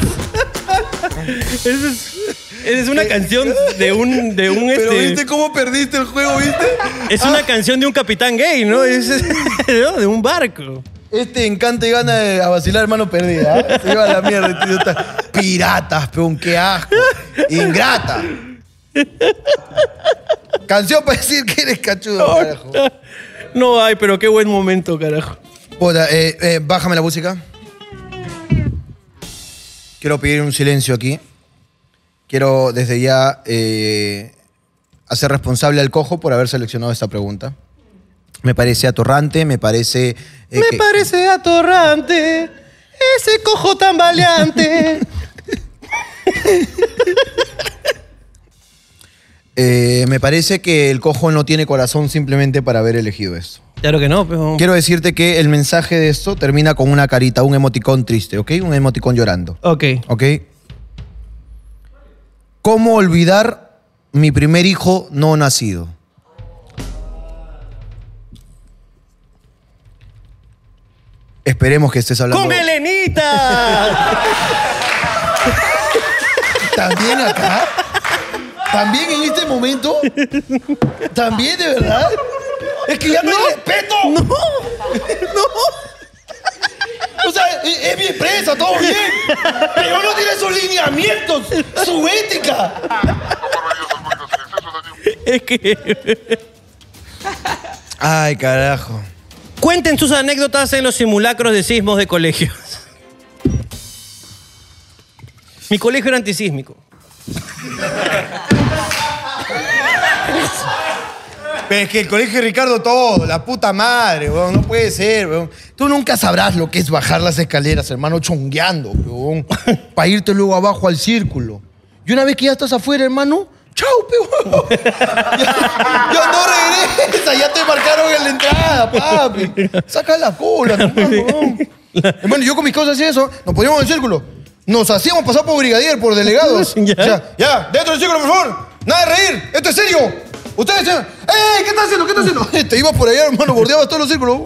Speaker 4: Es una canción de un. De un
Speaker 6: Pero
Speaker 4: este-
Speaker 6: viste cómo perdiste el juego, viste.
Speaker 4: es
Speaker 6: Ah.
Speaker 4: una canción de un capitán gay, ¿no? Es, ¿no? De un barco.
Speaker 6: Este encanta y gana de- a vacilar, hermano, perdida. ¿ah? Se lleva a la mierda. este idiota. Piratas, peón, qué asco. Ingrata. Canción para decir que eres cachudo, carajo.
Speaker 4: No hay, pero qué buen momento, carajo.
Speaker 6: Puta, eh, eh, bájame la música. Quiero pedir un silencio aquí. Quiero desde ya eh, hacer responsable al cojo por haber seleccionado esta pregunta. Me parece atorrante, me parece. eh,
Speaker 4: me
Speaker 6: que-
Speaker 4: parece atorrante ese cojo tan valiante.
Speaker 6: eh, me parece que el cojo no tiene corazón simplemente para haber elegido esto.
Speaker 4: claro que no, pero.
Speaker 6: Quiero decirte que el mensaje de esto termina con una carita, un emoticón triste, ¿ok? Un emoticón llorando.
Speaker 4: Ok.
Speaker 6: ¿Ok? ¿Cómo olvidar mi primer hijo no nacido? Esperemos que estés hablando.
Speaker 4: ¡Con Elenita!
Speaker 6: También acá. También en este momento. También de verdad. Es que ya no, hay respeto. No. O sea, es, es mi empresa, todo bien. Pero no tiene sus lineamientos, su ética.
Speaker 4: es que.
Speaker 6: Ay, carajo.
Speaker 4: Cuenten sus anécdotas en los simulacros de sismos de colegios. Mi colegio era antisísmico.
Speaker 6: Pero es que el colegio de Ricardo todo, la puta madre, weón, no puede ser, weón. Tú nunca sabrás lo que es bajar las escaleras, hermano, chongueando, weón, para irte luego abajo al círculo. Y una vez que ya estás afuera, hermano, chau, weón. Ya, ya no regresa, ya te marcaron en la entrada, papi. Saca la cola, hermano, weón. Hermano, yo con mis cosas hacía eso, nos poníamos en el círculo. Nos hacíamos pasar por brigadier, por delegados.
Speaker 4: Ya.
Speaker 6: O sea, ya, dentro del círculo, por favor. Nada de reír. Esto es serio. Ustedes, eh, ¡Ey! ¿Qué estás haciendo? ¿Qué estás haciendo? Te ibas por allá, hermano, bordeabas todos los círculos.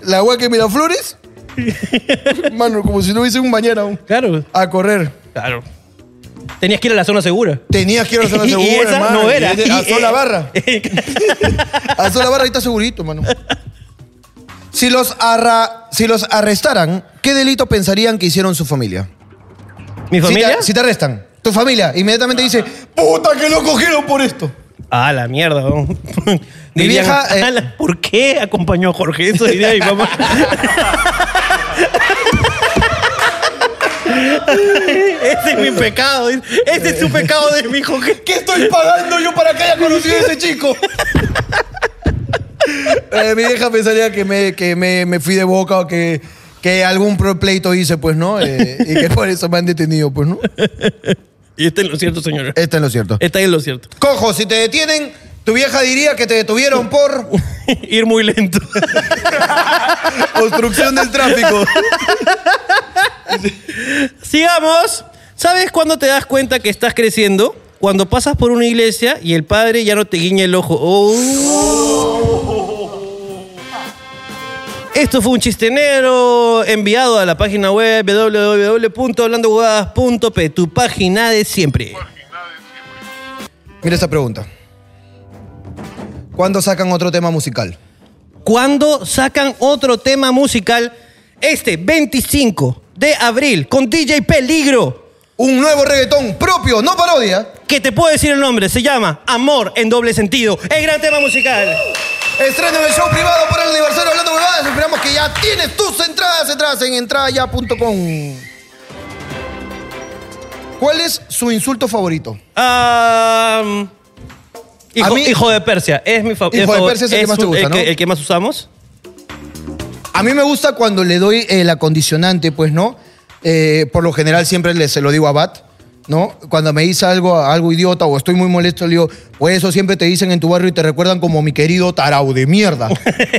Speaker 6: La agua que Miraflores. Mano, como si no hubiese un mañana aún.
Speaker 4: Claro.
Speaker 6: A correr.
Speaker 4: Claro. Tenías que ir a la zona segura.
Speaker 6: Tenías que ir a la zona
Speaker 4: Y- y
Speaker 6: segura,
Speaker 4: esa
Speaker 6: hermano.
Speaker 4: no era.
Speaker 6: Y-
Speaker 4: Y-
Speaker 6: A sola
Speaker 4: eh,
Speaker 6: barra. A sola barra ahí está segurito, hermano. Si los, arra- si los arrestaran, ¿qué delito pensarían que hicieron su familia?
Speaker 4: ¿Mi
Speaker 6: Si te-
Speaker 4: familia?
Speaker 6: Si te, arrestan, tu familia inmediatamente dice, puta que lo cogieron por esto.
Speaker 4: Ah, la mierda. weón. Dirían,
Speaker 6: vieja, eh,
Speaker 4: "Ah, la- ¿Por qué acompañó a Jorge? Eso diría mi mamá. Ese es mi pecado. Ese es su pecado de mi hijo.
Speaker 6: ¿Qué estoy pagando yo para que haya conocido a ese chico? Eh, mi vieja pensaría que me, que me, me fui de boca o que, que algún pro- pleito hice, pues, ¿no? Eh, y que por eso me han detenido, pues, ¿no?
Speaker 4: Y está en lo cierto, señora.
Speaker 6: Está en lo cierto.
Speaker 4: Está en lo cierto.
Speaker 6: Eh, Cojo, si te detienen, tu vieja diría que te detuvieron por
Speaker 4: Ir muy lento.
Speaker 6: obstrucción del tráfico.
Speaker 4: Sigamos. ¿Sabes cuándo te das cuenta que estás creciendo? Cuando pasas por una iglesia y el padre ya no te guiña el ojo. Oh. Esto fue un chiste negro enviado a la página web www.hablandohuevadas.p, tu página de siempre.
Speaker 6: Mira esta pregunta. ¿Cuándo sacan otro tema musical?
Speaker 4: Cuando sacan otro tema musical este 25 de abril con DJ Peligro.
Speaker 6: Un nuevo reggaetón propio, no parodia.
Speaker 4: Que te puedo decir el nombre, se llama Amor en doble sentido. Es gran tema musical.
Speaker 6: Estreno del show privado por el aniversario Hablando Huevadas. Esperamos que ya tienes tus entradas, entradas en entradaya.com. ¿Cuál es su insulto favorito?
Speaker 4: Ah, mm, hijo,
Speaker 6: mí-
Speaker 4: hijo de Persia. Es mi favorito.
Speaker 6: Hijo de Persia es el que más te gusta,
Speaker 4: el, que,
Speaker 6: ¿no?
Speaker 4: el que más usamos.
Speaker 6: A mí me gusta cuando le doy el acondicionante, pues, ¿no? Eh, por lo general siempre le, se lo digo a Bat, ¿no? Cuando me dice algo, algo idiota o estoy muy molesto, le digo, pues eso siempre te dicen en tu barrio y te recuerdan como mi querido tarau de mierda.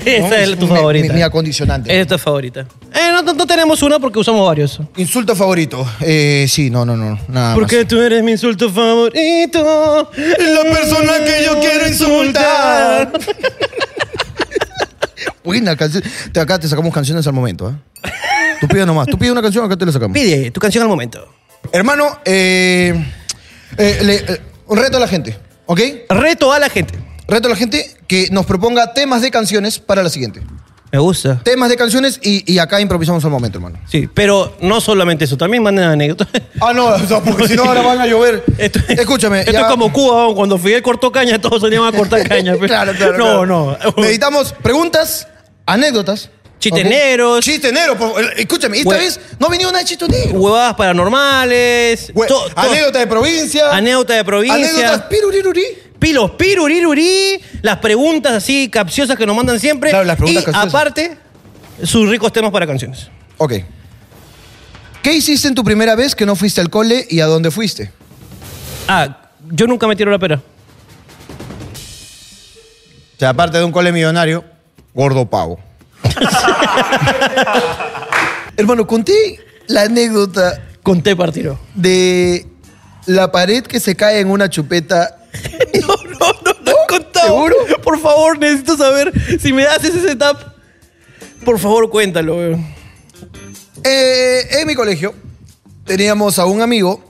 Speaker 4: Esa es tu
Speaker 6: mi-
Speaker 4: favorita.
Speaker 6: Mi, mi acondicionante.
Speaker 4: Esa es tu favorita. Eh, no, no- no tenemos una porque usamos varios.
Speaker 6: Insulto favorito. Eh, sí, no, no, no. Nada más.
Speaker 4: Porque tú eres mi insulto favorito.
Speaker 6: La persona que yo quiero insultar. Buena canción. Te- Acá te sacamos canciones al momento, ¿eh? Tú pide nomás. Tú pide una canción, acá te la sacamos.
Speaker 11: Pide tu canción al momento.
Speaker 6: Hermano, eh, eh, le- eh, reto a la gente, ¿ok?
Speaker 11: Reto a la gente.
Speaker 6: Reto a la gente que nos proponga temas de canciones para la siguiente.
Speaker 4: Me gusta.
Speaker 6: Temas de canciones y, y acá improvisamos al momento, hermano.
Speaker 4: Sí, pero no solamente eso, también manden anécdotas.
Speaker 6: Ah, no, o sea, porque si no ahora van a llover.
Speaker 4: Esto-
Speaker 6: Escúchame.
Speaker 4: Esto
Speaker 6: ya-
Speaker 4: es como Cuba, ¿no? cuando Fidel cortó caña, todos salían a cortar caña. pe.
Speaker 6: Claro, claro.
Speaker 4: No, no.
Speaker 6: claro. Necesitamos preguntas, anécdotas.
Speaker 4: Chistes
Speaker 6: ¿ok?
Speaker 4: negros.
Speaker 6: Chistes negros. por- Escúchame, esta
Speaker 4: Hue-
Speaker 6: vez no ha venido una de chistes negros.
Speaker 4: Huevadas paranormales.
Speaker 6: Hue-
Speaker 4: to- to-
Speaker 6: Anécdota de provincia.
Speaker 4: anécdota de
Speaker 6: Anécdotas
Speaker 4: provincia.
Speaker 6: pirurirurí.
Speaker 4: Pilos, pirurirurí. Las preguntas así capciosas que nos mandan siempre.
Speaker 6: Claro, las preguntas
Speaker 4: y
Speaker 6: capciosas.
Speaker 4: aparte, sus ricos temas para canciones.
Speaker 6: Ok. ¿Qué hiciste en tu primera vez que no fuiste al cole y a dónde fuiste?
Speaker 4: Ah, yo nunca me tiro la pera.
Speaker 6: O sea, aparte de un cole millonario, gordo pavo. Hermano, conté la anécdota
Speaker 4: Con té partido.
Speaker 6: de la pared que se cae en una chupeta.
Speaker 4: No, no, no, no he contado.
Speaker 6: ¿Seguro?
Speaker 4: Por favor, necesito saber si me das ese setup. Por favor, cuéntalo, weón.
Speaker 6: Eh, en mi colegio teníamos a un amigo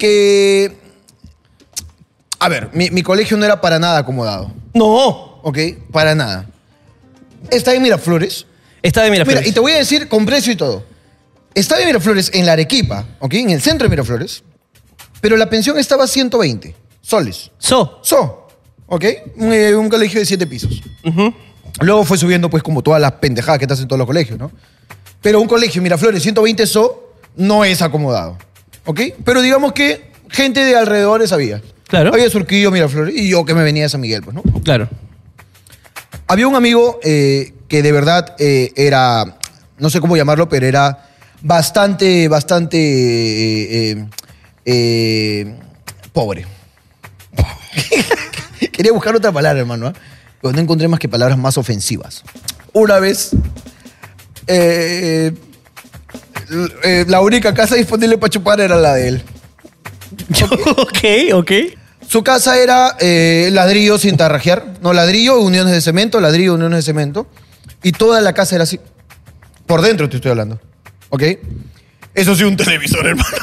Speaker 6: que... A ver, mi, mi colegio no era para nada acomodado,
Speaker 4: No,
Speaker 6: ¿ok? Para nada. Está en Miraflores.
Speaker 4: está de
Speaker 6: Mira,
Speaker 4: Miraflores.
Speaker 6: y te voy a decir con precio y todo. Estaba en Miraflores, en la Arequipa, ¿ok? En el centro de Miraflores, pero la pensión estaba a 120 soles.
Speaker 4: So,
Speaker 6: So, ¿ok? Un, eh, un colegio de 7 pisos. Luego fue subiendo, pues, como todas las pendejadas que te hacen todos los colegios, ¿no? Pero un colegio en Miraflores, 120 so, no es acomodado, ¿ok? Pero digamos que gente de alrededores había.
Speaker 4: Claro.
Speaker 6: Había Surquillo, Miraflores, y yo que me venía de San Miguel, pues, ¿no?
Speaker 4: claro.
Speaker 6: Había un amigo eh, que de verdad eh, era, no sé cómo llamarlo, pero era bastante, bastante eh, eh, eh, pobre. Quería buscar otra palabra, hermano, ¿ah? pero no encontré más que palabras más ofensivas. Una vez, eh, l- eh, la única casa disponible para chupar era la de él.
Speaker 4: ok, ok.
Speaker 6: Su casa era eh, ladrillo sin tarrajear. No, ladrillo, uniones de cemento, ladrillo, uniones de cemento. Y toda la casa era así. Por dentro te estoy hablando. ¿Ok? Eso sí, un televisor, hermano.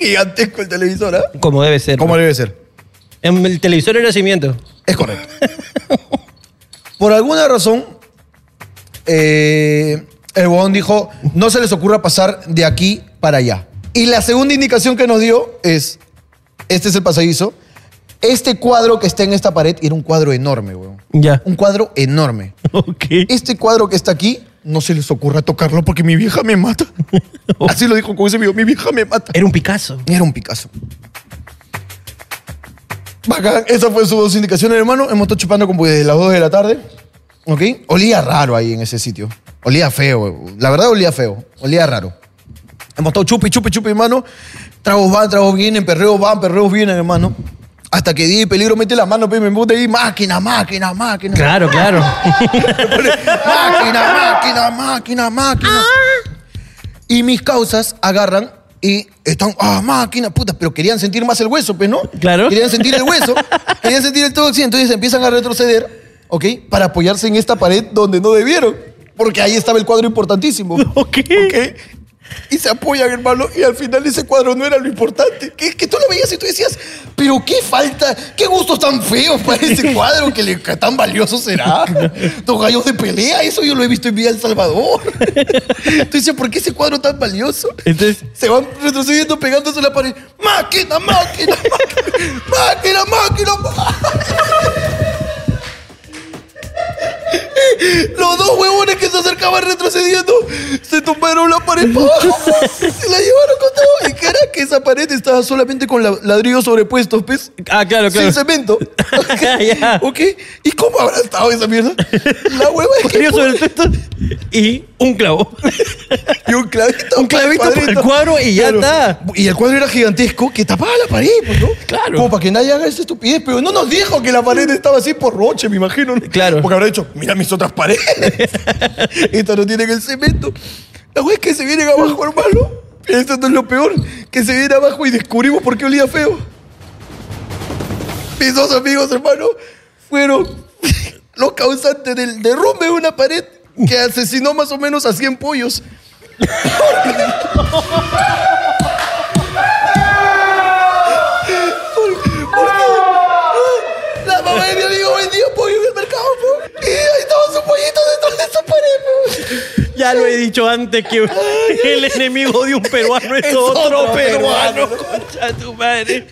Speaker 6: Gigantesco el televisor, ¿ah?
Speaker 4: Como debe ser.
Speaker 6: ¿Cómo debe ser?
Speaker 4: En el televisor era cimiento.
Speaker 6: Es correcto. Por alguna razón, eh, el huevón dijo, no se les ocurra pasar de aquí para allá. Y la segunda indicación que nos dio es, este es el pasadizo, este cuadro que está en esta pared era un cuadro enorme, huevón.
Speaker 4: Ya.
Speaker 6: Un cuadro enorme.
Speaker 4: Ok.
Speaker 6: Este cuadro que está aquí, no se les ocurra tocarlo porque mi vieja me mata. Así lo dijo con ese video, mi vieja me mata.
Speaker 4: Era un Picasso.
Speaker 6: Era un Picasso. Bacán, esa fue su dos indicaciones, hermano. Hemos estado chupando como desde las 2 de la tarde. ¿Ok? Olía raro ahí en ese sitio. Olía feo. La verdad, olía feo. Olía raro. Hemos estado chupi, chupi, chupi, hermano. Tragos van, tragos vienen, perreos van, perreos vienen, hermano. Hasta que di peligro, mete la mano, pe, me puta ahí. Máquina, máquina, máquina.
Speaker 4: Claro, claro.
Speaker 6: Máquina, máquina, máquina, máquina. Y mis causas agarran y están, ah, máquina, puta, pero querían sentir más el hueso, pues, ¿no?
Speaker 4: Claro.
Speaker 6: Querían sentir el hueso, querían sentir el todo, sí, entonces empiezan a retroceder, ¿ok? Para apoyarse en esta pared donde no debieron, porque ahí estaba el cuadro importantísimo.
Speaker 4: ok.
Speaker 6: ¿ok? Y se apoyan, hermano, y al final ese cuadro no era lo importante. Que, que tú lo veías y tú decías, pero qué falta, qué gustos tan feos para ese cuadro, que, le- que tan valioso será. Los gallos de pelea, eso yo lo he visto en Villa El Salvador. Tú dices, ¿por qué ese cuadro tan valioso?
Speaker 4: Entonces,
Speaker 6: Se van retrocediendo, pegándose a la pared. ¡Máquina, máquina, máquina! ¡Máquina, máquina! Los dos huevones que se acercaban retrocediendo se tumbaron la pared para abajo. Se la llevaron con todo. Y cara que
Speaker 1: esa pared estaba solamente con la- ladrillos sobrepuestos, pues.
Speaker 4: Ah, claro, claro.
Speaker 1: Sin cemento.
Speaker 4: Ya.
Speaker 1: ¿Ok? ¿Y cómo habrá estado esa mierda? La hueva es que...
Speaker 4: Río sobre el texto y un clavo.
Speaker 1: Y un clavito.
Speaker 4: Un clavito para el
Speaker 1: cuadrito.
Speaker 4: cuadro y ya está.
Speaker 1: Y el cuadro era gigantesco que tapaba la pared, pues, ¿no?
Speaker 4: Claro.
Speaker 1: Como para que nadie haga esa estupidez, pero no nos dijo que la pared estaba así por roche, me imagino. ¿no?
Speaker 4: Claro.
Speaker 1: Porque habrá dicho, mira mis otras paredes. Estas no tienen el cemento. La wea es que se vienen abajo, hermano. Esto no es lo peor. Que se vienen abajo y descubrimos por qué olía feo. Mis dos amigos, hermano, fueron los causantes del derrumbe de una pared que asesinó más o menos a 100 pollos. La mamá de mi amigo vendía pollo en el mercado, po. Y ahí estaban sus pollitos dentro de esa pared, po.
Speaker 4: Ya lo he dicho antes que el enemigo de un peruano es,
Speaker 1: Es
Speaker 4: otro,
Speaker 1: otro peruano.
Speaker 4: peruano. Concha de tu madre.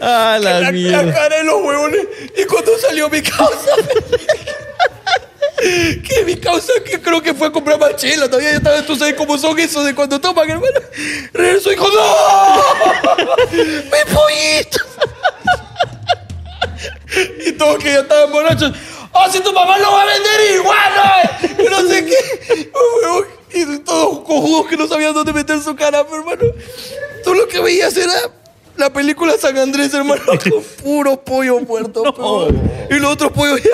Speaker 4: A la,
Speaker 1: La, la
Speaker 4: mierda.
Speaker 1: cara de los huevones. Y cuando salió mi causa. que mi causa, que creo que fue a comprar más chela. Todavía ya estaba, tú sabes cómo son esos de cuando toman, hermano. Regresó y dijo: ¡No! ¡Mi pollito! y todos que ya estaban borrachos. ¡Ah, si tu mamá lo va a vender igual, no! eh! Que no sé qué. Un huevón, Y todos cojudos que no sabían dónde meter su cara, pero, hermano. Tú lo que veías era la película San Andrés, hermano, con puro pollo muerto. pero, Y los otros pollos, ya,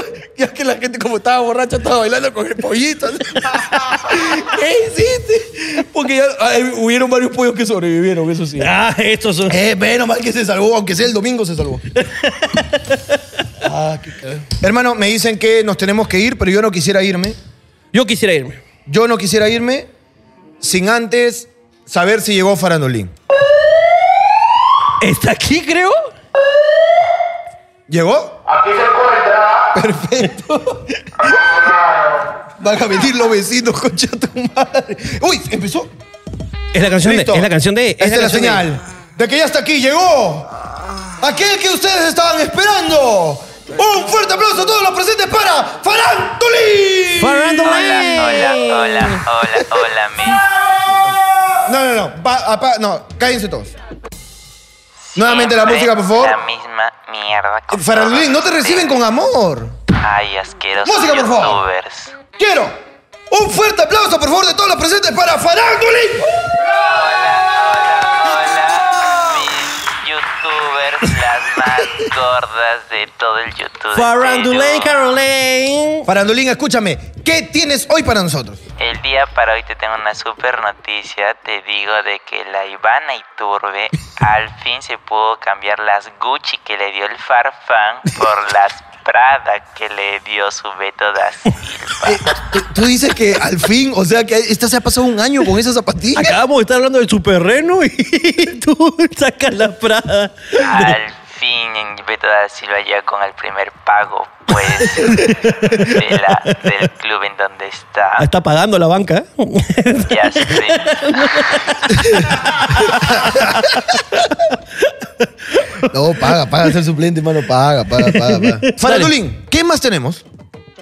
Speaker 1: ya que la gente como estaba borracha, estaba bailando con el pollito. así. ¿Qué hiciste? Porque ya ay, hubieron varios pollos que sobrevivieron, eso sí.
Speaker 4: Ah, estos son.
Speaker 1: Eh, menos mal que se salvó, aunque sea el domingo se salvó. ah, qué cagado.
Speaker 6: Hermano, me dicen que nos tenemos que ir, pero yo no quisiera irme.
Speaker 4: Yo quisiera irme.
Speaker 6: Yo no quisiera irme sin antes saber si llegó Farandolín.
Speaker 4: ¿Está aquí, creo?
Speaker 6: ¿Llegó?
Speaker 5: Aquí se encuentra.
Speaker 1: Van a venir los vecinos, concha tu madre. Uy, empezó.
Speaker 4: Es la canción
Speaker 6: Listo.
Speaker 4: de. Es la canción de.
Speaker 6: Esta es la
Speaker 4: canción de-
Speaker 6: señal de... que ya está aquí, llegó. Aquel que ustedes estaban esperando. Un fuerte aplauso a todos los presentes para Farandolín.
Speaker 4: Farandole.
Speaker 2: hola, hola, hola, mi.
Speaker 6: No, no, no. Pa- apa- no, cállense todos. Nuevamente la música, por favor.
Speaker 2: misma mierda.
Speaker 6: Farandolín, no te reciben con amor.
Speaker 2: Ay, asquerosos
Speaker 6: Música, por favor. Quiero un fuerte aplauso, por favor, de todos los presentes para Farandolín.
Speaker 2: Hola, mis youtubers, las más gordas de todo el YouTube.
Speaker 4: Farandulay
Speaker 2: entero.
Speaker 4: Caroline.
Speaker 6: Farandolín, escúchame. ¿Qué tienes hoy para nosotros?
Speaker 2: El día para hoy te tengo una super noticia. Te digo de que la Ivana Iturbe al fin se pudo cambiar las Gucci que le dio el Farfán por las Prada que le dio su Beto da Silva.
Speaker 1: Tú- Tú dices que al fin, o sea que esta se ha pasado un año con esa zapatilla.
Speaker 4: Acabamos de estar hablando de su perreno y tú sacas la Prada.
Speaker 2: Al fin en Beto da Silva llega con el primer pago, pues, de la- del club en donde está.
Speaker 4: Ah, Está pagando la banca. ¿eh?
Speaker 2: Ya sé.
Speaker 1: No, paga, paga, ser suplente, hermano, paga, paga, paga. paga.
Speaker 6: Farandolín, ¿qué más tenemos?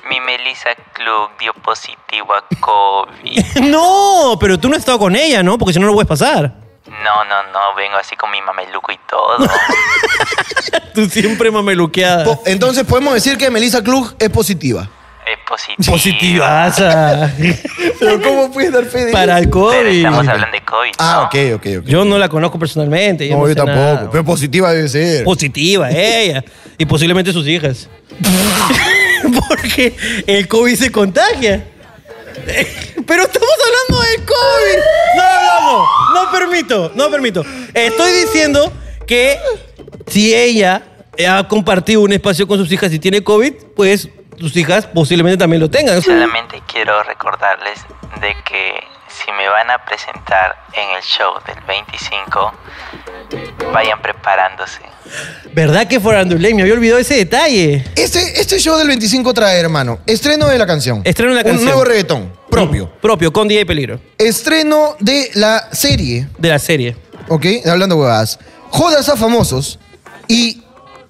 Speaker 2: Mi Melissa Club dio positivo a COVID.
Speaker 4: No, pero tú no has estado con ella, ¿no? Porque si no, no lo puedes pasar.
Speaker 2: No, no, no, vengo así con mi mameluco y todo.
Speaker 4: Tú siempre mameluqueada.
Speaker 6: Po- Entonces podemos decir que Melissa Klug es positiva.
Speaker 2: Es positivo.
Speaker 4: Positivaza.
Speaker 1: Pero ¿cómo puedes dar fe de
Speaker 4: Para el
Speaker 2: Pero
Speaker 4: COVID.
Speaker 2: estamos hablando de COVID.
Speaker 6: Ah,
Speaker 2: ¿no?
Speaker 6: ok, ok, ok.
Speaker 4: Yo no la conozco personalmente.
Speaker 6: No,
Speaker 4: no
Speaker 6: yo
Speaker 4: sé
Speaker 6: tampoco.
Speaker 4: nada.
Speaker 6: Pero positiva debe ser.
Speaker 4: Positiva, ella. Y posiblemente sus hijas. Porque el COVID se contagia. Pero estamos hablando del COVID. No hablamos. No permito, no permito. Estoy diciendo que si ella ha compartido un espacio con sus hijas y tiene COVID, pues sus hijas posiblemente también lo tengan.
Speaker 2: Solamente quiero recordarles de que si me van a presentar en el show del 25, vayan preparándose.
Speaker 4: ¿Verdad que Farandulay? Me había olvidado ese detalle.
Speaker 6: Este, este show del 25 trae, hermano, estreno de la canción.
Speaker 4: Estreno de la canción. Mm.
Speaker 6: Un nuevo reggaetón, propio.
Speaker 4: Propio, con DJ Peligro.
Speaker 6: Estreno de la serie,
Speaker 4: De la serie.
Speaker 6: ¿ok? Hablando huevadas. Jodas a famosos y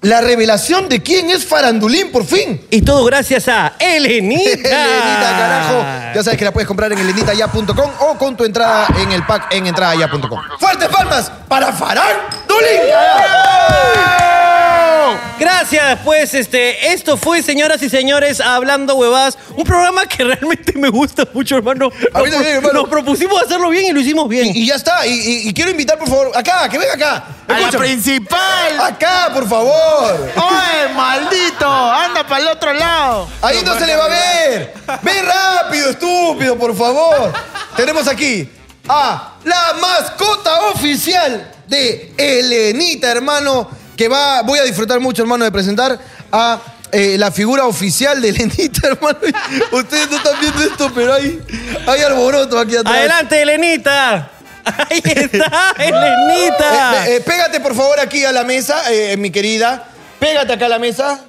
Speaker 6: la revelación de quién es Farandulín por fin.
Speaker 4: Y todo gracias a Elenita.
Speaker 6: Elenita, carajo. Ya sabes que la puedes comprar en elenitaya.com o con tu entrada en el pack en entradaya.com. ¡Fuertes palmas para Farán
Speaker 4: Gracias, pues este, esto fue, señoras y señores, Hablando Huevadas, un programa que realmente me gusta mucho, hermano.
Speaker 6: A mí también, hermano.
Speaker 4: Nos propusimos hacerlo bien y lo hicimos bien.
Speaker 6: Y, y ya está. Y, y- y quiero invitar, por favor, acá, que venga acá.
Speaker 10: ¡A la
Speaker 6: Escúchame.
Speaker 10: principal!
Speaker 6: Acá, por favor.
Speaker 10: ¡Oye, maldito! ¡Anda para el otro lado!
Speaker 6: Ahí no se le va a ver. Ve rápido, estúpido, por favor. Tenemos aquí a la mascota oficial de Elenita, hermano, que va, voy a disfrutar mucho, hermano, de presentar a eh, la figura oficial de Elenita, hermano. Ustedes no están viendo esto, pero hay, hay alboroto aquí atrás.
Speaker 4: Adelante, Elenita. Ahí está,
Speaker 10: Ah.
Speaker 4: Elenita.
Speaker 6: Eh, eh, pégate por favor aquí a la mesa, eh, mi querida. Pégate acá a la mesa.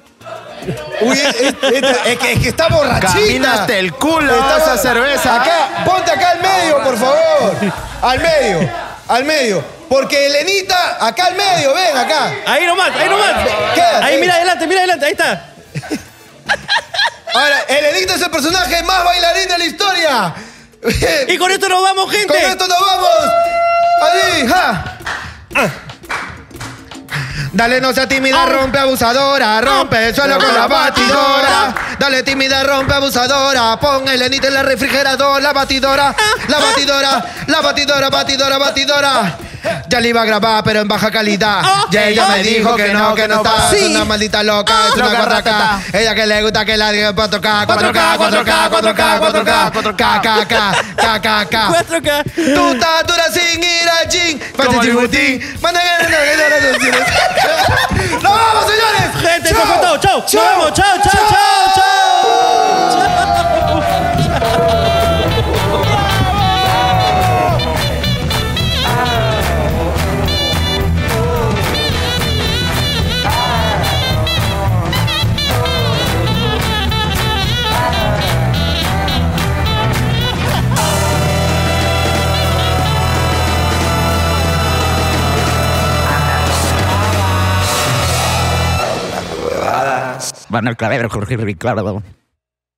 Speaker 6: Uy, es, es- este, es- es que, es que está borrachita.
Speaker 10: Camina hasta el culo esa
Speaker 6: bo-
Speaker 10: cerveza.
Speaker 6: Acá, ponte acá al medio, por favor. Al medio, al medio. Porque Elenita, acá al medio, ven acá.
Speaker 4: Ahí nomás, ahí nomás.
Speaker 6: Quédate.
Speaker 4: Ahí, mira adelante, mira adelante, ahí está.
Speaker 6: Ahora, Elenita es el personaje más bailarín de la historia.
Speaker 4: Y con esto nos vamos, gente.
Speaker 6: Con esto nos vamos. Ahí, ja. Dale, no sea tímida, rompe abusadora, rompe el suelo con la batidora. Dale, tímida, rompe abusadora, pon el enito en la refrigeradora, la batidora, la batidora, la batidora, batidora, batidora. Ya le iba a grabar, pero en baja calidad. Y ella me dijo que no, que no está. Es una maldita loca, es una guarraca. Ella que le gusta que la diga 4K, 4K, 4K, 4K, 4K, 4K, K, K, K.
Speaker 4: 4K.
Speaker 6: Tu tatura sin ir al gym. Pase chibutín. Manda ganas, no, que no, no, no, no. ¡Nos vamos, señores!
Speaker 4: Gente, eso fue todo. Chau. Nos vemos. Chau, chau, chau, chau. Chau.
Speaker 12: Van al clave, Jorge Ricardo.